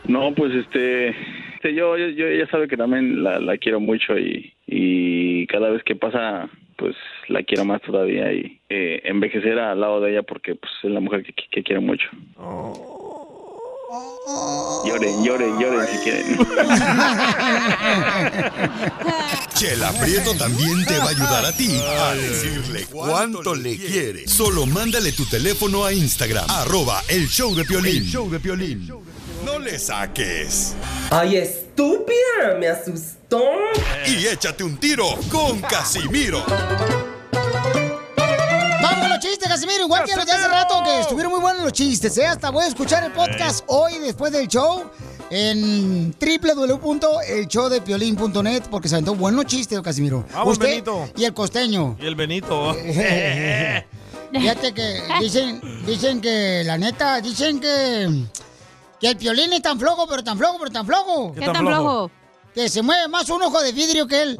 No, pues este, este, yo, yo, yo- ella sabe que también la, la quiero mucho y, y cada vez que pasa, pues la quiero más todavía y eh, envejecer al lado de ella porque pues es la mujer que, que- que quiero mucho. Lloren, lloren, lloren si quieren.
Chela Prieto también te va a ayudar a ti a decirle cuánto le quiere. Solo mándale tu teléfono a Instagram, arroba el show de Piolín.
El
show de Piolín. No le saques.
¡Ay, estúpida! Me asustó.
Y échate un tiro con Casimiro.
¡Vamos con los chistes! chiste, Casimiro, igual que los de hace rato, que estuvieron muy buenos los chistes, ¿eh? Hasta voy a escuchar el podcast hoy después del show en www.elshowdepiolín.net porque se aventó buenos chistes, Casimiro.
Vamos,
Usted
Benito.
y el costeño.
Y el Benito.
Fíjate que dicen, dicen que, la neta, dicen que, que el piolín es tan flojo, pero tan flojo, pero tan flojo.
¿Qué ¿Qué tan tan flojo? flojo?
Que se mueve más un ojo de vidrio que él.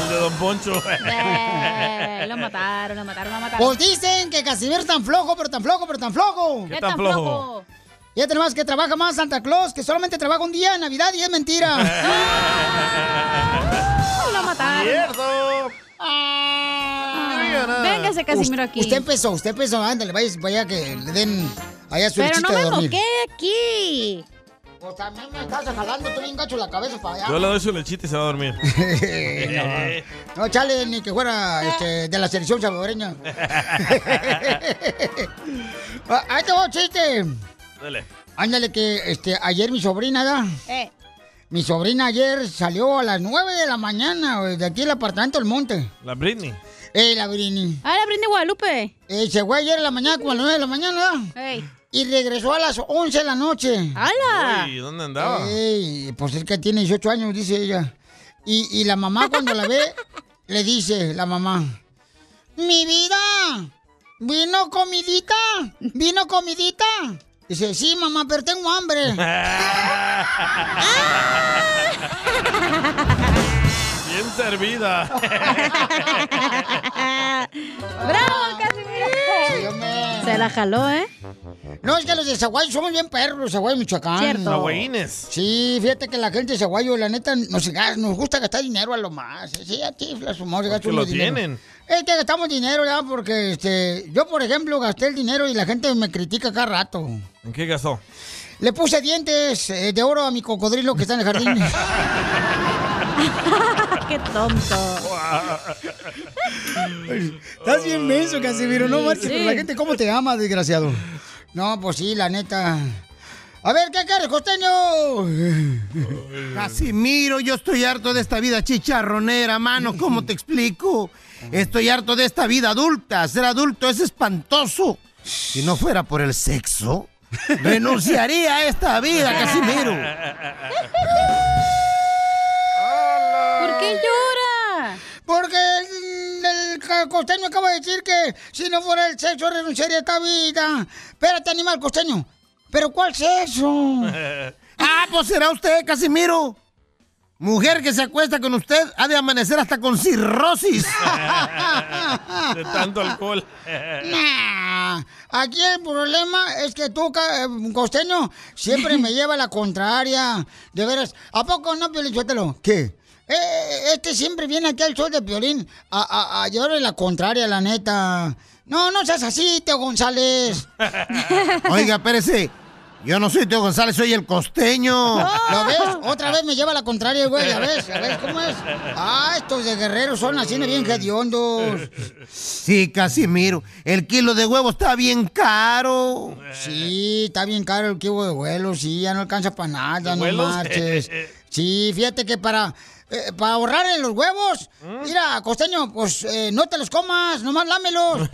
El de Ah. Don Poncho.
Eh, lo mataron, lo mataron, lo mataron.
Pues dicen que Casimiro es tan flojo, pero tan flojo, pero tan flojo.
¿Qué ¿Qué tan tan flojo? flojo?
Ya tenemos que trabaja más Santa Claus, que solamente trabaja un día en Navidad y es mentira.
lo mataron. Ah,
¡Cierto!
Véngase, Casimiro,
Us-
aquí.
Usted empezó, usted empezó, ándale, vaya, vaya que le den allá su
Pero
lechita
no
de
me
dormir.
moqué aquí.
Pues también me estás jalando tú bien gacho la cabeza para allá.
Yo le doy su lechita y se va a dormir.
No, chale, ni que fuera este, de la selección salvadoreña. Ah, Ahí te va un chiste.
Dale.
Ándale que este, ayer mi sobrina, ¿da?
Eh.
Mi sobrina ayer salió a las 9 de la mañana güey, de aquí al apartamento del monte.
La Britney.
Eh, la Brini.
Ah, la Brini Guadalupe.
Eh, se fue ayer en la mañana, como a las 9 de la mañana, ¿da? Y regresó a las 11 de la noche.
Ah.
¡Hala!
Uy, ¿dónde andaba?
Ey, pues es que tiene 18 años, dice ella. Y, y la mamá cuando la ve, le dice la mamá, mi vida, vino comidita, vino comidita. Dice, sí, mamá, pero tengo hambre.
Ah,
Bien servida.
¡Bravo, Casimiro! Se la jaló, ¿eh?
No, es que los de Zaguay somos bien perros, los Zaguay, Michoacán.
Cierto.
Zaguayines.
Sí, fíjate que la gente de Zaguayo, la neta, nos, gasta- nos gusta gastar dinero a lo más. Sí, a tiflas, su madre, gasta
Porque Pues
uno
lo
dinero.
tienen.
Es que gastamos dinero ya porque este, yo, por ejemplo, gasté el dinero y la gente me critica cada rato.
¿En qué gastó?
Le puse dientes eh, de oro a mi cocodrilo que está en el jardín.
¡Qué tonto!
Estás bien menso, Casimiro. No marches,
Sí.
pero la gente, ¿cómo te ama, desgraciado? No, pues sí, la neta. A ver, ¿qué quieres, costeño?
Casimiro, yo estoy harto de esta vida chicharronera, mano, ¿cómo te explico? Estoy harto de esta vida adulta, ser adulto es espantoso. Si no fuera por el sexo, renunciaría a esta vida, Casimiro.
¿Por qué llora?
Porque el, el ca- costeño acaba de decir que si no fuera el sexo renunciaría a esta vida. Espérate, animal costeño. ¿Pero cuál sexo?
Ah, pues será usted, Casimiro. Mujer que se acuesta con usted ha de amanecer hasta con cirrosis.
De tanto alcohol.
Nah, Aquí el problema es que tú, ca- eh, costeño, siempre me lleva la contraria. De veras, ¿a poco no, Piolín? Suéltalo. ¿Qué? Eh, eh, este siempre viene aquí al show de Piolín a, a, a llevarle la contraria, la neta. No, no seas así, Teo González.
Oiga, espérese. Yo no soy Teo González, soy el costeño.
¿Lo ves? Otra vez me lleva la contraria, güey. ¿Ya ves? ¿Ya ves cómo es? Ah, estos de guerreros son así, ¿no? bien hediondos.
Sí, Casimiro. El kilo de huevo está bien caro.
Sí, está bien caro el kibo de vuelo, sí, ya no alcanza para nada, no
¿Vuelos?
marches. Sí, fíjate que para, eh, para ahorrar en los huevos, mira, costeño, pues eh, no te los comas, nomás lámelos.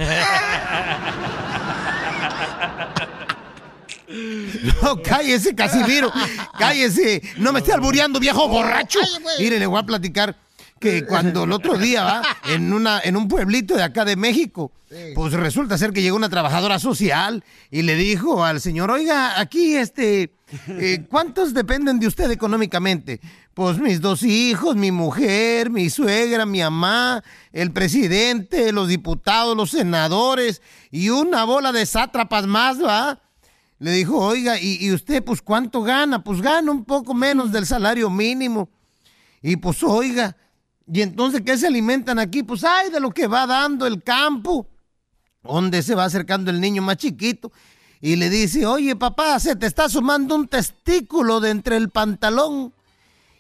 No, cállese, Casimiro. Cállese. No me esté albureando, viejo borracho.
Ay, güey.
Mire, le voy a platicar que cuando el otro día va en una en un pueblito de acá de México, pues resulta ser que llegó una trabajadora social y le dijo al señor, "Oiga, aquí este eh, ¿cuántos dependen de usted económicamente?" Pues mis dos hijos, mi mujer, mi suegra, mi mamá, el presidente, los diputados, los senadores y una bola de sátrapas más, ¿va? Le dijo, oiga, ¿y, y usted pues cuánto gana? Pues gana un poco menos del salario mínimo. Y pues oiga, ¿y entonces qué se alimentan aquí? Pues ay, de lo que va dando el campo. Donde se va acercando el niño más chiquito y le dice, oye papá, se te está sumando un testículo de entre el pantalón.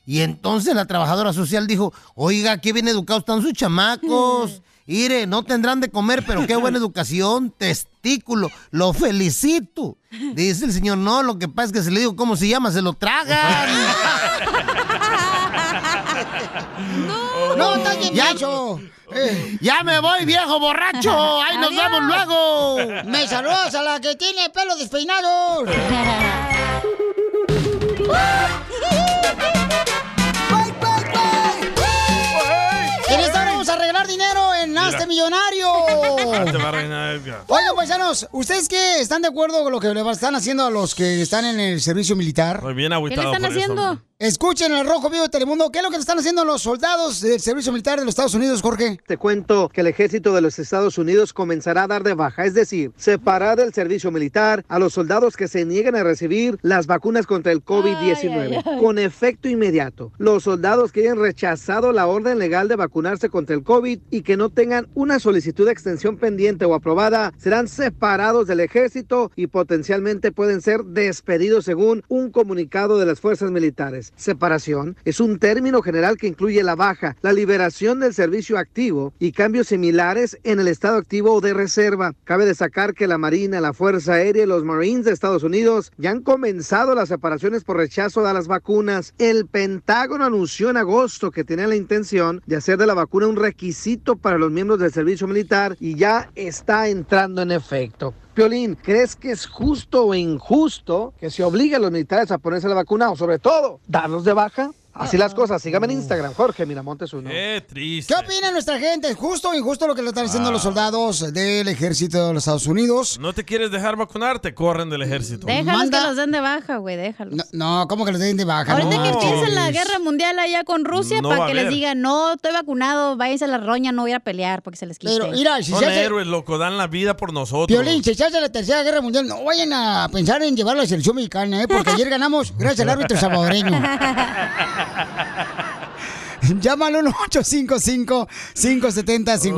Y entonces la trabajadora social dijo, oiga, qué bien educados están sus chamacos. Ire, no tendrán de comer, pero qué buena educación, testículo, lo felicito. Dice el señor, no, lo que pasa es que se le digo cómo se llama, se lo tragan.
No, estás bien
Ya-
gacho.
eh,
Ya me voy, viejo borracho. Ahí nos vemos luego.
Me saludas a la que tiene pelo despeinado. En esta hora vamos a regalar dinero en
Mira.
Hazte Millonario.
Ah, te va a reinar Edgar.
Oigan, paisanos, ¿ustedes qué están de acuerdo con lo que le están haciendo a los que están en el servicio militar?
Estoy bien agüitado por eso, hombre.
Escuchen el Rojo Vivo de Telemundo. ¿Qué es lo que le están haciendo a los soldados del servicio militar de los Estados Unidos, Jorge?
Te cuento que el ejército de los Estados Unidos comenzará a dar de baja, es decir, separar del servicio militar a los soldados que se niegan a recibir las vacunas contra el
Ay, ay,
COVID-19
ay.
con efecto inmediato. Los soldados que hayan rechazado la orden legal de vacunarse contra el COVID y que no tengan una solicitud de extensión pendiente o aprobada serán separados del ejército y potencialmente pueden ser despedidos según un comunicado de las fuerzas militares. Separación es un término general que incluye la baja, la liberación del servicio activo y cambios similares en el estado activo o de reserva. Cabe destacar que la Marina, la Fuerza Aérea y los Marines de Estados Unidos ya han comenzado las separaciones por rechazo a las vacunas. El Pentágono anunció en agosto que tenía la intención de hacer de la vacuna un requisito para los miembros del servicio militar y ya está entrando en efecto. Piolín, ¿crees que es justo o injusto que se obligue a los militares a ponerse la vacuna o sobre todo darlos de baja? Así las cosas. Sígame en Instagram, Jorge Miramontes uno.
Qué triste.
¿Qué opina nuestra gente? ¿Es justo o injusto lo que le están haciendo a los soldados del ejército de los Estados Unidos?
No te quieres dejar vacunar, te corren del ejército.
Déjalos que los den de baja, güey, déjalos.
No, ¿cómo que los den de baja?
Ahorita
No.
que empieza
Pues,
la guerra mundial allá con Rusia,
No va
para
a
que les
haber.
digan, no, estoy vacunado, váyanse a la roña, no voy a ir a pelear, porque se les quite.
Pero, mira, si
Son
se hace-
héroes, loco, dan la vida por nosotros.
Piolín, si se hace la tercera guerra mundial, no vayan a pensar en llevar a la selección mexicana, ¿eh? porque ayer ganamos gracias al árbitro salvadoreño. Llámalo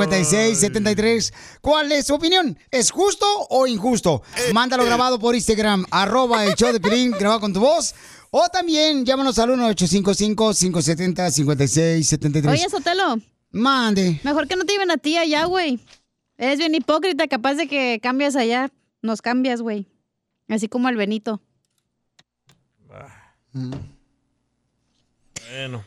1-855-570-5673. ¿Cuál es su opinión? ¿Es justo o injusto? Mándalo grabado por Instagram, arroba el show de Piolín, grabado con tu voz. O también llámanos al 1-855-570-5673.
Oye, Sotelo.
Mande.
Mejor que no te lleven a ti allá, güey. Eres bien hipócrita, capaz de que cambias allá. Nos cambias, güey. Así como el Benito.
Ah. Bueno.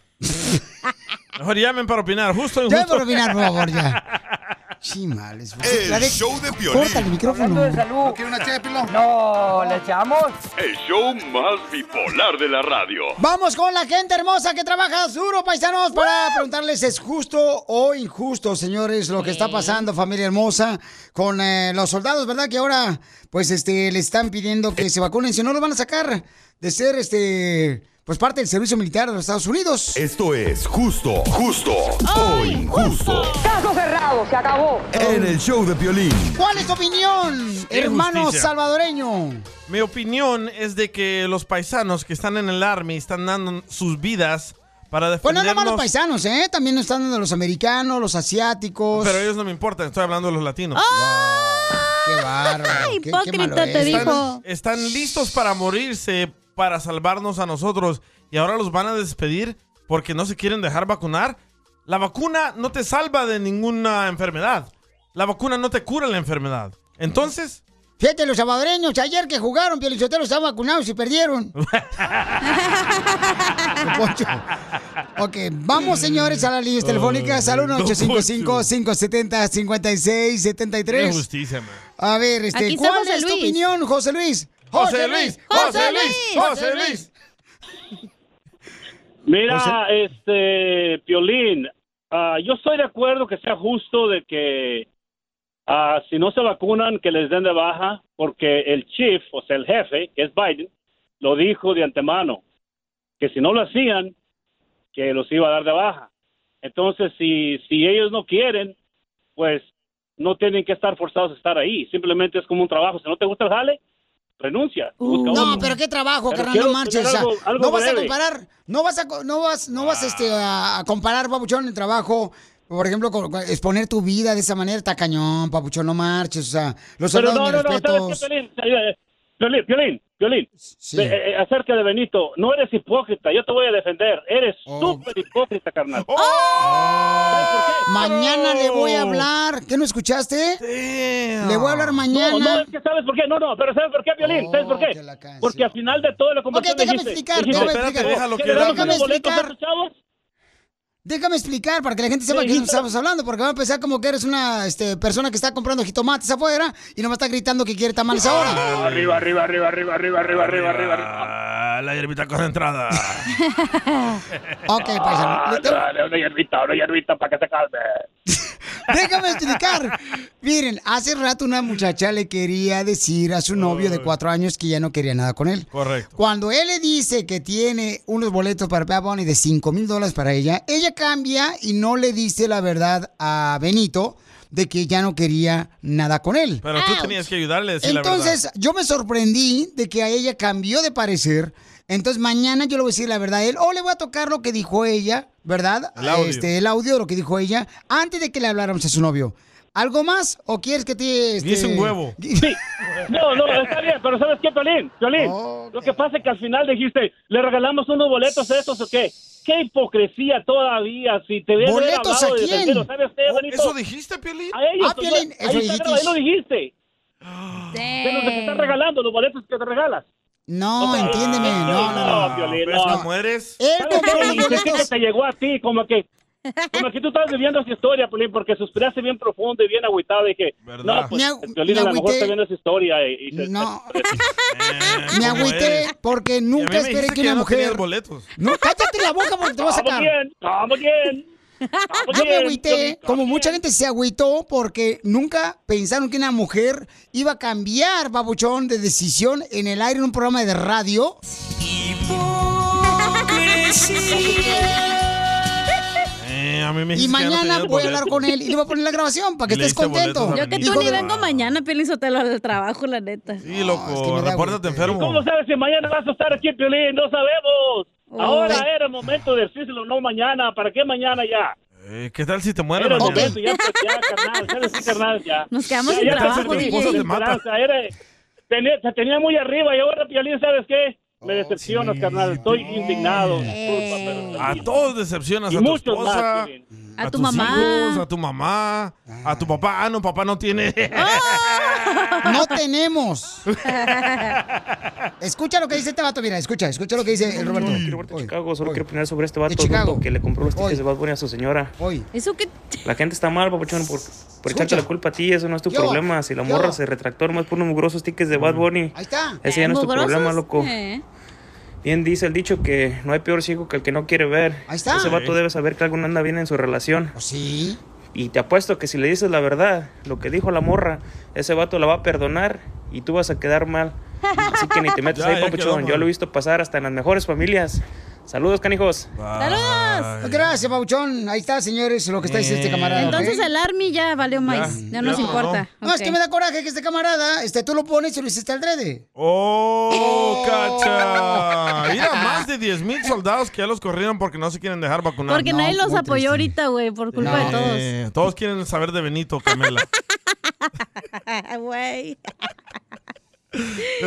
Mejor llamen para opinar, justo o
Ya
injusto.
por opinar, por favor, ya. Chimales.
El
La
show de Piolín.
Corta el micrófono.
¿No quiere una ché de pilón? No, ¿le echamos?
El show más bipolar de la radio.
Vamos con la gente hermosa que trabaja duro, paisanos, para preguntarles, ¿es justo o injusto, señores, lo que está pasando, familia hermosa, con eh, los soldados, verdad? Que ahora, pues, este, le están pidiendo que se vacunen, si no, lo van a sacar de ser, este, pues, parte del servicio militar de los Estados Unidos.
Esto es justo, justo o injusto.
Caso Oh, cerrado, se acabó.
En el show de Piolín.
¿Cuál es tu opinión,
Qué
hermano
justicia.
salvadoreño?
Mi opinión es de que los paisanos que están en el Army están dando sus vidas para
Bueno,
defendernos.
no nomás los paisanos, ¿eh? También están dando los americanos, los asiáticos. Ah,
Pero ellos no me importan, estoy hablando de los latinos.
¡Qué bárbaro! Qué- qué malo es.
Están, están listos para morirse, para salvarnos a nosotros. Y ahora los van a despedir porque no se quieren dejar vacunar. La vacuna no te salva de ninguna enfermedad. La vacuna no te cura la enfermedad. Entonces,
Fíjate, los salvadoreños ayer que jugaron, Pielichoteros estaban vacunados y perdieron. Don Poncho. ok, vamos señores a las líneas telefónicas al
Don Poncho.
1-855-570-5673.
qué
pues.
justicia, man.
A ver, este,
Aquí está
¿cuál
José
es tu
Luis.
opinión, José Luis?
José Luis, José Luis, José Luis.
Mira, este, Piolín, ah, yo estoy de acuerdo que sea justo de que ah, si no se vacunan, que les den de baja, porque el chief, o sea, el jefe, que es Biden, lo dijo de antemano, que si no lo hacían, que los iba a dar de baja. Entonces, si, si ellos no quieren, pues no tienen que estar forzados a estar ahí. Simplemente es como un trabajo. Si no te gusta el jale, renuncia. Busca
Uh, No,
otro.
pero qué trabajo,
Pero
carnal,
quiero
no marches.
tener
o sea,
algo- algo
no vas a
breve.
comparar, no vas a, co- no vas, no
Ah.
vas este, a, a comparar, papuchón, el trabajo. Por ejemplo, con- con exponer tu vida de esa manera está cañón, papuchón, no marches. O sea, los
Pero
soldados, mis
¿sabes
respetos.
qué, Piolín? Eh, eh, Piolín, Piolín, Piolín. Ve, eh, eh, acerca de Benito, no eres hipócrita, yo te voy a defender, eres
Oh.
súper hipócrita, carnal.
Mañana le voy a hablar. ¿Qué no escuchaste? Le voy a hablar mañana.
No, no, es que sabes por qué, no, no, pero ¿sabes por qué, Piolín? ¿Sabes
Oh,
por qué? Porque al final de toda la conversación
déjame
dijiste-
explicar,
dijiste,
déjame explicar.
¿que le damos
Déjame
unos boletos a
explicar.
estos chavos?
Déjame explicar para que la gente sepa
Sí,
que
yo-
estamos hablando, porque va a pensar como que eres una este, persona que está comprando jitomates afuera y nomás está gritando que quiere tamales ahora.
Arriba, arriba, arriba, arriba, arriba, arriba, arriba, arriba,
arriba. Ah, La hierbita concentrada.
ok, paisano.
Ah, Dale, una hierbita, una hierbita para que se calme.
Déjame explicar. Miren, hace rato una muchacha le quería decir a su novio de cuatro años que ya no quería nada con él.
Correcto.
Cuando él le dice que tiene unos boletos para Bad Bunny de 5 mil dólares para ella, ella cambia y no le dice la verdad a Benito de que ya no quería nada con él.
Pero tú tenías que ayudarle a decir
Entonces, yo me sorprendí de que a ella cambió de parecer. Entonces, mañana yo le voy a decir la verdad a él. O le voy a tocar lo que dijo ella, ¿verdad?
El audio.
Este, el audio de lo que dijo ella antes de que le habláramos a su novio. ¿Algo más? ¿O quieres que te...? Este...
Dice un huevo. No, no, está bien, pero ¿sabes qué, Piolín? Piolín, lo que pasa es que al final dijiste, ¿le regalamos unos boletos a esos o qué? ¡Qué hipocresía todavía! Si te hubiera
¿Boletos a
hablado de
quién?
tercero, ¿sabes qué,
Oh,
Benito?
¿eso
dijiste, Piolín?
A ellos,
Ah, Piolín,
no,
eso
ahí, está
dijiste.
grabado, ahí lo dijiste. De los que te están regalando, los boletos que te regalas.
No, entiéndeme, no, no, no.
Piolín,
¿Ves
no.
cómo
eres?
Él compró los
que
boletos.
te llegó a ti, como que... Como que tú estabas viviendo esa historia, Piolín, porque suspiraste bien profundo y bien agüitado. Y dije, no, pues,
Me agü-
Piolín,
me
a lo mejor
agüité.
está viendo esa historia. Y, y se-
No.
¿cómo
Me agüité
eres?
porque
a
nunca
mí me
esperé
dijiste
que
que
una
ya no tenías
mujer...
boletos.
No, cállate la boca porque te voy a
Estamos
sacar.
bien, estamos bien. Ah, pues
Yo me
bien,
agüité, como mucha gente se agüitó porque nunca pensaron que una mujer iba a cambiar, babuchón, de decisión en el aire en un programa de radio.
Eh, a mí me
Y
dijiste que ya no
mañana
tenías
voy a hablar
boletos.
con él y le voy a poner la grabación para que
Y le
estés
diste boletos
contento.
a
Yo que tú
Hijo
ni
de-
vengo mañana, Piolín Sotelo, al trabajo, la neta.
Sí, loco, repórtate enfermo.
¿Cómo sabes si mañana vas a estar aquí, Piolín? No sabemos. Ahora era el momento de decírselo, no mañana. ¿Para qué mañana ya?
Eh, ¿Qué tal si te mueres
Era el
mañana?
momento, ya, pues, ya, carnal. ¿Sabes qué, carnal? Ya.
Nos quedamos
Ya-
sin
ya te
trabajo,
perdí
DJ.
la esperanza, era- tenía- te tenía muy arriba y ahora, Piolín, ¿sabes qué? Me decepcionas, carnal. Estoy indignado. Disculpa, pero-
A todos decepcionas,
Y
a tu
muchos más,
esposa,
Piolín.
A tu
tus
mamá.
hijos, a tu mamá, a tu papá. Ah, no, papá no tiene.
No tenemos. Escucha lo que dice este vato, mira, escucha, escucha lo que dice el Roberto.
Roberto de Chicago, solo quiero opinar sobre este vato
Chicago.
bruto que le compró los tickets de Bad Bunny a su señora.
Eso que...
La gente está mal, papuchón, por, por echarte la culpa a ti, eso no es tu
Yo,
problema. Si la
yo.
morra se retractó nomás por unos mugrosos tickets de Bad Bunny,
Mm. Ahí está.
ese ya no es tu
¿Mugrosos?
problema, loco.
Eh.
Bien dice el dicho que no hay peor ciego que el que no quiere ver.
Ahí está.
Ese vato
Sí.
debe saber que algo no anda bien en su relación.
Sí.
Y te apuesto que si le dices la verdad, lo que dijo la morra, ese vato la va a perdonar y tú vas a quedar mal. Así que ni te
Ya,
metas ahí,
ya quedó
papuchón.
mal.
Yo lo he visto pasar hasta en las mejores familias. Saludos, canijos.
Saludos. Gracias, Pauchón. Ahí está, señores, lo que está diciendo este camarada. ¿ok?
Entonces el Army ya valió más. Ya, no nos
Ya.
importa.
No, es que me da coraje que este camarada, este, tú lo pones y lo hiciste al drede.
¡Oh, cacha! Mira, más de 10 mil soldados que ya los corrieron porque no se quieren dejar vacunar.
Porque nadie los apoyó ahorita, güey, por culpa de todos.
Eh, todos quieren saber de Benito, Camela.
Güey.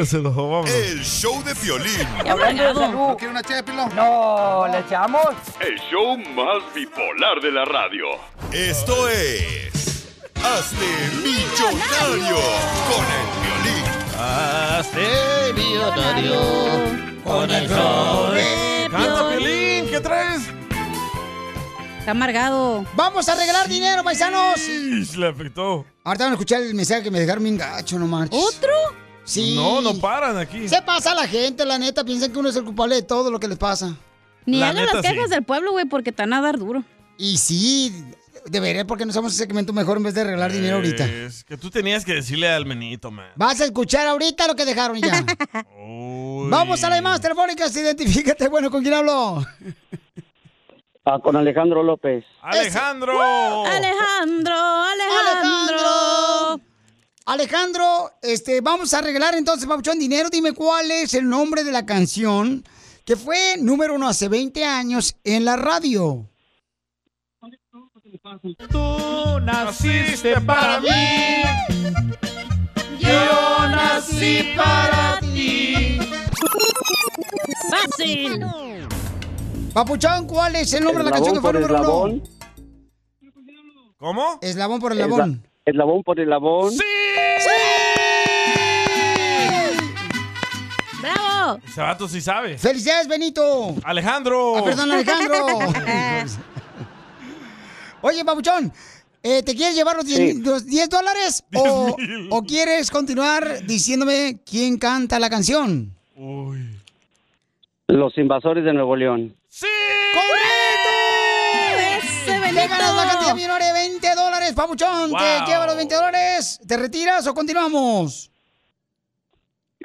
Se lo vamos.
El show de Piolín.
Y hablando de salud, ¿no quiere una ché de pilón? No, ¿le echamos?
El show más bipolar de la radio.
Esto es. Hazte millonario con el violín.
Hazte millonario con el show de
Canta,
Piolín.
Piolín, ¿qué traes?
Está amargado.
Vamos a regalar dinero, paisanos.
Ish, Le afectó.
Ahorita van a escuchar el mensaje que me dejaron bien gacho nomás.
¿Otro?
Sí.
No, no paran aquí.
Se pasa a la gente, la neta, piensan que uno es el culpable de todo lo que les pasa.
Ni hagan las quejas del pueblo, güey, porque te van a dar duro.
Y sí, debería porque no somos un segmento mejor en vez de regalar dinero ahorita.
Es que tú tenías que decirle al Benito, man.
Vas a escuchar ahorita lo que dejaron ya. Vamos a las llamadas telefónicas, identifícate. Bueno, ¿con quién hablo?
Ah, con Alejandro López.
Alejandro.
Alejandro, Alejandro.
Alejandro, este, vamos a regalar entonces, Papuchón, dinero. Dime cuál es el nombre de la canción que fue número uno hace 20 años en la radio.
Tú naciste para mí. Yo nací para ti.
Fácil.
Papuchón, ¿cuál es el nombre de la canción que fue
por
número
eslabón.
uno?
¿Cómo?
Eslabón por
Esla-
eslabón.
Eslabón por eslabón.
¡Bravo!
Ese vato sí sabe.
¡Felicidades, Benito!
Ah, Alejandro.
Ah, perdón, Alejandro. Oye, Papuchón, eh, ¿te quieres llevar los 10
Sí.
mil- los 10 dólares? o, o quieres continuar diciéndome quién canta la canción?
Los invasores de Nuevo León.
Te ganas la cantidad millonaria de 20 dólares, Papuchón. Te
Wow.
lleva los 20 dólares. ¿Te retiras o continuamos?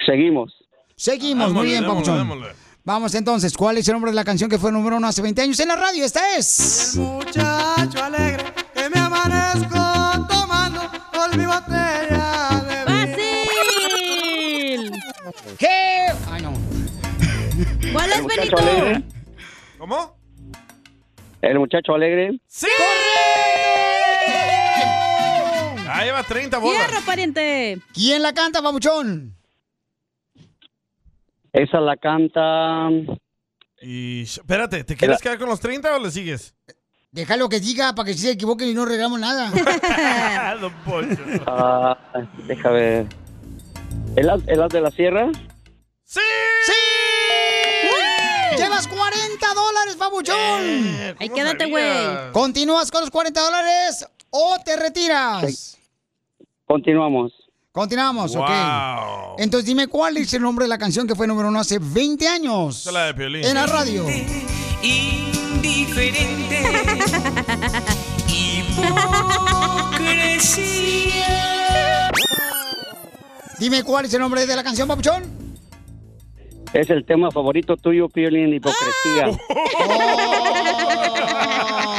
Seguimos.
Seguimos, muy bien, Papuchón. Vamos entonces, ¿cuál es el nombre de la canción que fue número uno hace 20 años en la radio? Esta es.
Muchacho alegre, que me amanezco tomando por mi botella de
¡Fácil!
¿Qué? Ay, no.
¿Cuál es,
El muchacho
Benito?
alegre.
¿Cómo?
El muchacho alegre.
¡Sí! Ah, lleva 30 bolas.
¡Tierra, pariente!
¿Quién la canta, Papuchón?
Esa la canta.
Y espérate, ¿te quieres quedar con los 30 o le sigues?
Déjalo que diga para que sí se equivoquen y no regalamos nada.
Don Poncho.
Ah, deja ver. ¿El, as- el as de la sierra?
¡Llevas 40 dólares, Papuchón!
Ahí quédate, güey.
¿Continúas con los 40 dólares o te retiras?
Continuamos.
Continuamos, ok. Entonces dime cuál es el nombre de la canción que fue número uno hace 20 años.
Es la de Piolín.
En la radio.
Indiferente. Hipocresía.
Dime cuál es el nombre de la canción, Papuchón.
Es el tema favorito tuyo, Piolín, hipocresía.
Ah,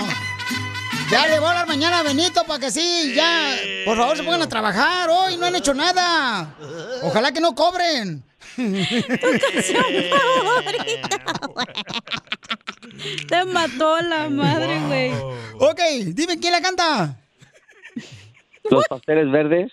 Ya le Oh. voy a hablar mañana a Benito para que sí, ya. Por favor, se pongan a trabajar hoy, no han hecho nada. Ojalá que no cobren.
Te mató la madre, güey.
Ok, dime quién la canta.
Los pasteles verdes.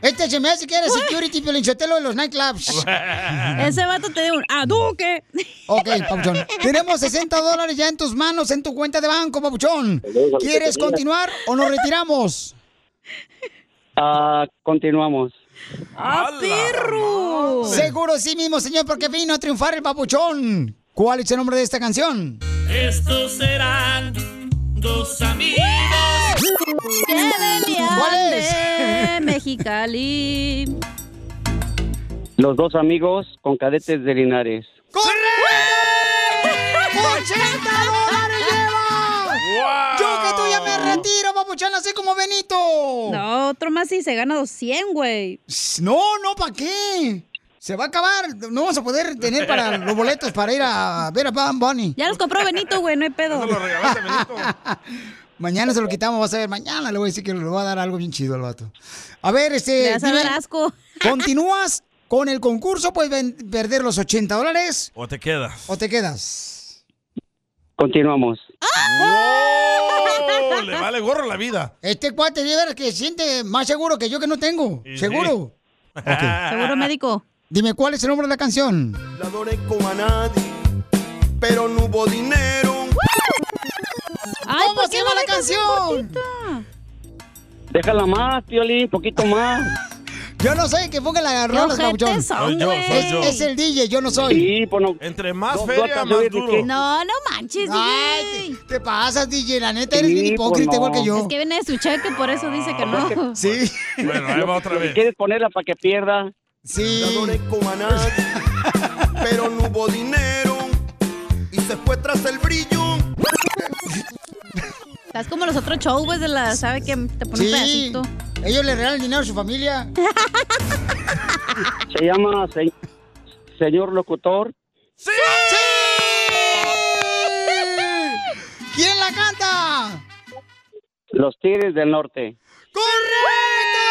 Este se me hace que era security pelinchotelo de los nightclubs.
Ese vato te dio un aduque.
Ok, Papuchón. Tenemos 60 dólares ya en tus manos, en tu cuenta de banco, Papuchón. ¿Quieres continuar o nos retiramos?
Ah, continuamos.
¡Ah, perro! Seguro sí mismo, señor, porque vino a triunfar el Papuchón. ¿Cuál es el nombre de esta canción?
Estos serán dos amigos.
Que venían
¿Cuál
de
es?
Mexicali.
Los dos amigos con cadetes de Linares.
¡80 dólares lleva! Yo que tú ya me retiro, Papuchón, así como Benito.
No, otro más y se gana 200, güey.
No, no, ¿para qué? Se va a acabar. No vamos a poder tener para los boletos para ir a ver a Bad Bunny.
Ya los compró Benito, güey, no hay pedo.
Mañana se lo quitamos, vas a ver. Mañana le voy a decir que le va a dar algo bien chido al vato. A ver, este.
Le vas a
dime,
dar asco.
¿Continúas con el concurso? ¿Puedes ven- perder los 80 dólares
¿O te quedas?
o te quedas?
Continuamos.
¡Oh,
Ah.
le vale gorro la vida.
Este cuate debe que siente más seguro que yo que no tengo.
Y sí.
¿Seguro?
Seguro
médico.
Dime cuál es el nombre de la canción.
La adoré como a nadie, pero no hubo dinero.
Ay,
¿Cómo
¿por
se
qué
llama
no
la
dejas ir
canción?
cortita?
Déjala más, Piolín, poquito más.
Yo no soy el que ponga la rola,
ojetes
Papuchón.
son, Soy yo, güey. soy
Es,
yo.
es el DJ, yo no soy.
Sí, pues no.
Entre más
Dos feria, gotas, más oye, duro. ¿de qué?
No, no manches,
Ay,
DJ.
te, te pasas, DJ. La neta, eres bien
Sí, pues
hipócrita
no. Ah,
igual que yo.
Es que viene de su cheque, por eso dice que no.
Sí.
Bueno, ahí va otra vez.
¿Quieres ponerla para que pierda?
Sí.
La adoré como a nadie, pero no hubo dinero. Y se fue tras el brillo.
Estás como los otros shows, güey, de la, ¿sabe que Te pone un
Sí.
pedacito.
Ellos le regalan dinero a su familia.
Se llama se- Señor Locutor.
¿Quién la canta?
Los Tigres del Norte.
¡Correcto!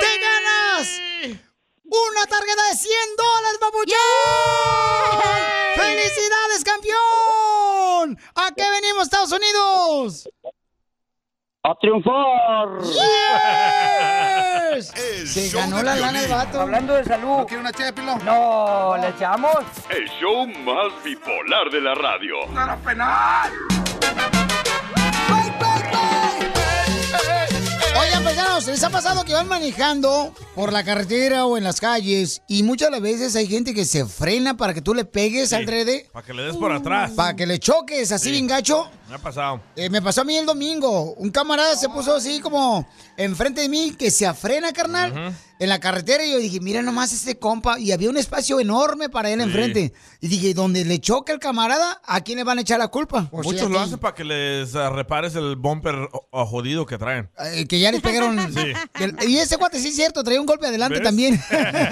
¡Te ganas! ¡Una tarjeta de 100 dólares, papuchón! ¡Felicidades, campeón! ¿A qué venimos, Estados Unidos?
¡A triunfar!
¡Yes! Se
show
ganó
de
la lana el
Piolín.
vato.
Hablando de salud. ¿No quiere una ché de pilón? No, ¿le echamos?
El show más bipolar de la radio.
Oigan, paisanos, ¿les ha pasado que van manejando por la carretera o en las calles y muchas de las veces hay gente que se frena para que tú le pegues al rede,
Para que le des por atrás.
para que le choques así bien gacho.
Me ha pasado.
Eh, me pasó a mí el domingo. Un camarada se puso así como enfrente de mí, que se afrena, carnal, en la carretera. Y yo dije, mira nomás este compa. Y había un espacio enorme para él
Sí.
enfrente. Y dije, donde le choca el camarada, ¿a quién le van a echar la culpa?
Pues Muchos lo hacen para que les ah, repares el bumper o- o jodido que traen.
Eh, que ya les pegaron.
Sí.
que- Y ese cuate sí es cierto, traía un golpe adelante
¿Ves?
también.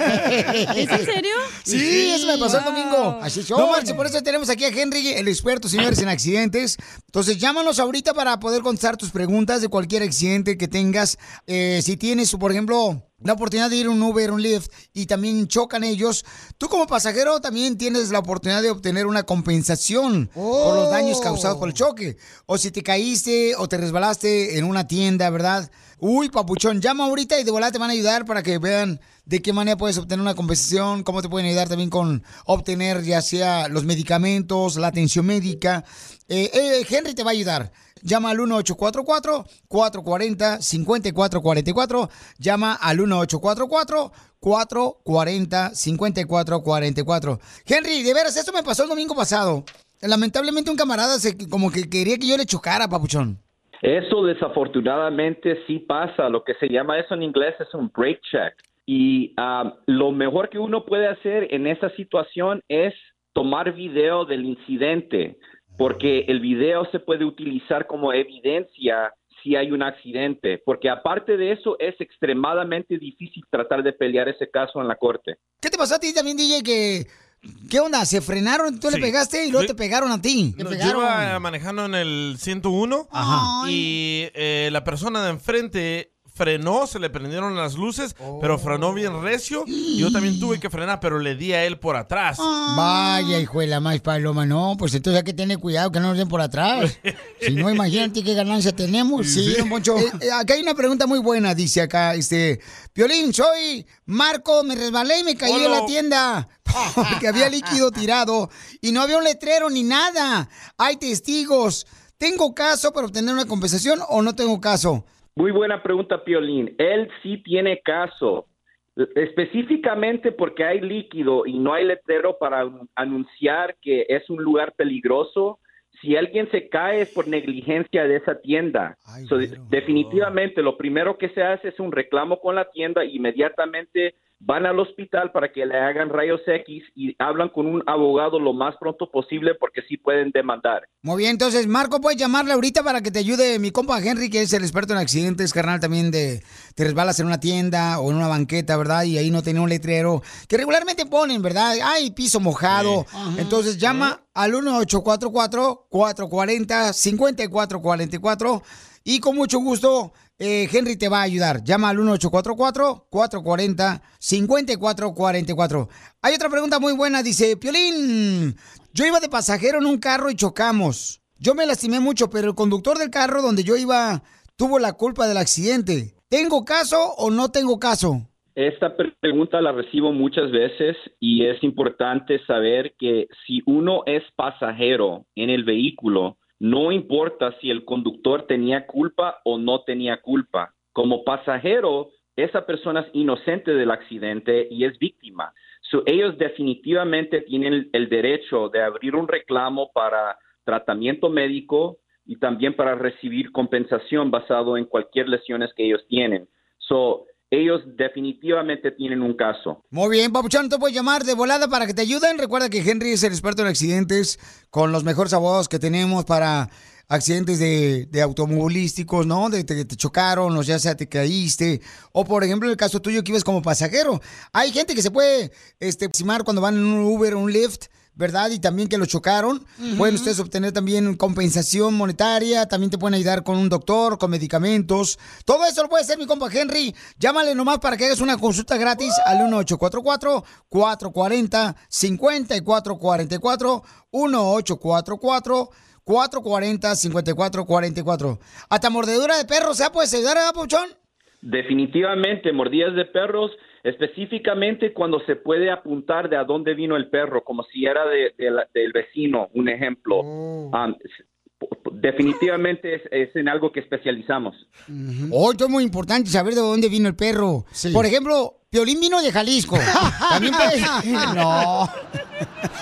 ¿Es en serio?
Sí,
Sí.
eso me pasó el
Wow.
domingo. Así
No
no,
marches,
por eso tenemos aquí a Henry, el experto, señores, en accidentes. Entonces, llámanos ahorita para poder contestar tus preguntas de cualquier accidente que tengas. Eh, si tienes, por ejemplo, la oportunidad de ir a un Uber, un Lyft y también chocan ellos, tú como pasajero también tienes la oportunidad de obtener una compensación por los daños causados por el choque. O si te caíste o te resbalaste en una tienda, ¿verdad? Uy, papuchón, llama ahorita y de volada te van a ayudar para que vean de qué manera puedes obtener una compensación, cómo te pueden ayudar también con obtener ya sea los medicamentos, la atención médica. Eh, eh, Henry te va a ayudar. Llama al 1-844-440-5444. Llama al 1-844-440-5444. Henry, de veras, esto me pasó el domingo pasado. Lamentablemente un camarada se, como que quería que yo le chocara, papuchón.
Eso desafortunadamente sí pasa. Lo que se llama eso en inglés es un break check. Y ah, lo mejor que uno puede hacer en esa situación es tomar video del incidente, porque el video se puede utilizar como evidencia si hay un accidente, porque aparte de eso es extremadamente difícil tratar de pelear ese caso en la corte.
¿Qué te pasó a ti también, DJ? Que, ¿Qué onda? ¿Se frenaron? ¿Tú
Sí.
le pegaste y luego
Yo-
te pegaron a ti? Te
No, yo
pegaron.
iba manejando en el 101 y eh, la persona de enfrente frenó, se le prendieron las luces, pero frenó bien recio. Y yo también tuve que frenar, pero le di a él por atrás.
Vaya, hijo de la más paloma, no, pues entonces hay que tener cuidado que no nos den por atrás. Si no, imagínate qué ganancia tenemos. Sí, don Poncho. Eh, eh, acá hay una pregunta muy buena, dice acá, este, Piolín, soy Marco, me resbalé y me caí en
Hola.
la tienda porque había líquido tirado y no había un letrero ni nada. Hay testigos. ¿Tengo caso para obtener una compensación o no tengo caso?
Muy buena pregunta, Piolín. Él sí tiene caso, específicamente porque hay líquido y no hay letrero para an- anunciar que es un lugar peligroso. Si alguien se cae es por negligencia de esa tienda. So, de- definitivamente, lo primero que se hace es un reclamo con la tienda. Inmediatamente van al hospital para que le hagan rayos X y hablan con un abogado lo más pronto posible porque sí pueden demandar.
Muy bien, entonces, Marco, puedes llamarle ahorita para que te ayude mi compa Henry, que es el experto en accidentes, carnal, también de te resbalas en una tienda o en una banqueta, ¿verdad? Y ahí no tenía un letrero, que regularmente ponen, ¿verdad? Hay piso mojado. Entonces, llama al 1844-440-5444 y con mucho gusto eh, Henry te va a ayudar. Llama al 1844-440-5444. Hay otra pregunta muy buena. Dice, Piolín, yo iba de pasajero en un carro y chocamos. Yo me lastimé mucho, pero el conductor del carro donde yo iba tuvo la culpa del accidente. ¿Tengo caso o no tengo caso?
Esta pre- pregunta la recibo muchas veces y es importante saber que si uno es pasajero en el vehículo, no importa si el conductor tenía culpa o no tenía culpa. Como pasajero, esa persona es inocente del accidente y es víctima. So, ellos definitivamente tienen el- el derecho de abrir un reclamo para tratamiento médico y también para recibir compensación basado en cualquier lesiones que ellos tienen. So, ellos definitivamente tienen un caso.
Muy bien, Papuchón, te puedes llamar de volada para que te ayuden. Recuerda que Henry es el experto en accidentes, con los mejores abogados que tenemos para accidentes de, de automovilísticos, ¿no? De que te chocaron, o ya sea te caíste, o por ejemplo en el caso tuyo que ibas como pasajero. Hay gente que se puede este, encimar cuando van en un Uber o un Lyft, ¿verdad? Y también que lo chocaron.
Ujú.
Pueden ustedes obtener también compensación monetaria, también te pueden ayudar con un doctor, con medicamentos. Todo eso lo puede hacer mi compa Henry. Llámale nomás para que hagas una consulta gratis al 1844-440-5444. 1844-440-5444. Hasta mordedura de perro, ¿se puedes ayudar a Papuchón?
Definitivamente, mordidas de perros, específicamente cuando se puede apuntar de a dónde vino el perro, como si era de- de la- del vecino, un ejemplo. Um, Definitivamente es, es en algo que especializamos.
Hoy Oh, es muy importante saber de dónde vino el perro. Por ejemplo, Piolín vino de Jalisco. También puede- No.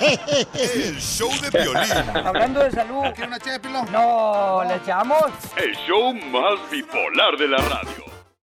El show de Piolín.
Hablando de salud. ¿Quieres una ché de pilón? No, ¿le echamos?
El show más bipolar de la radio.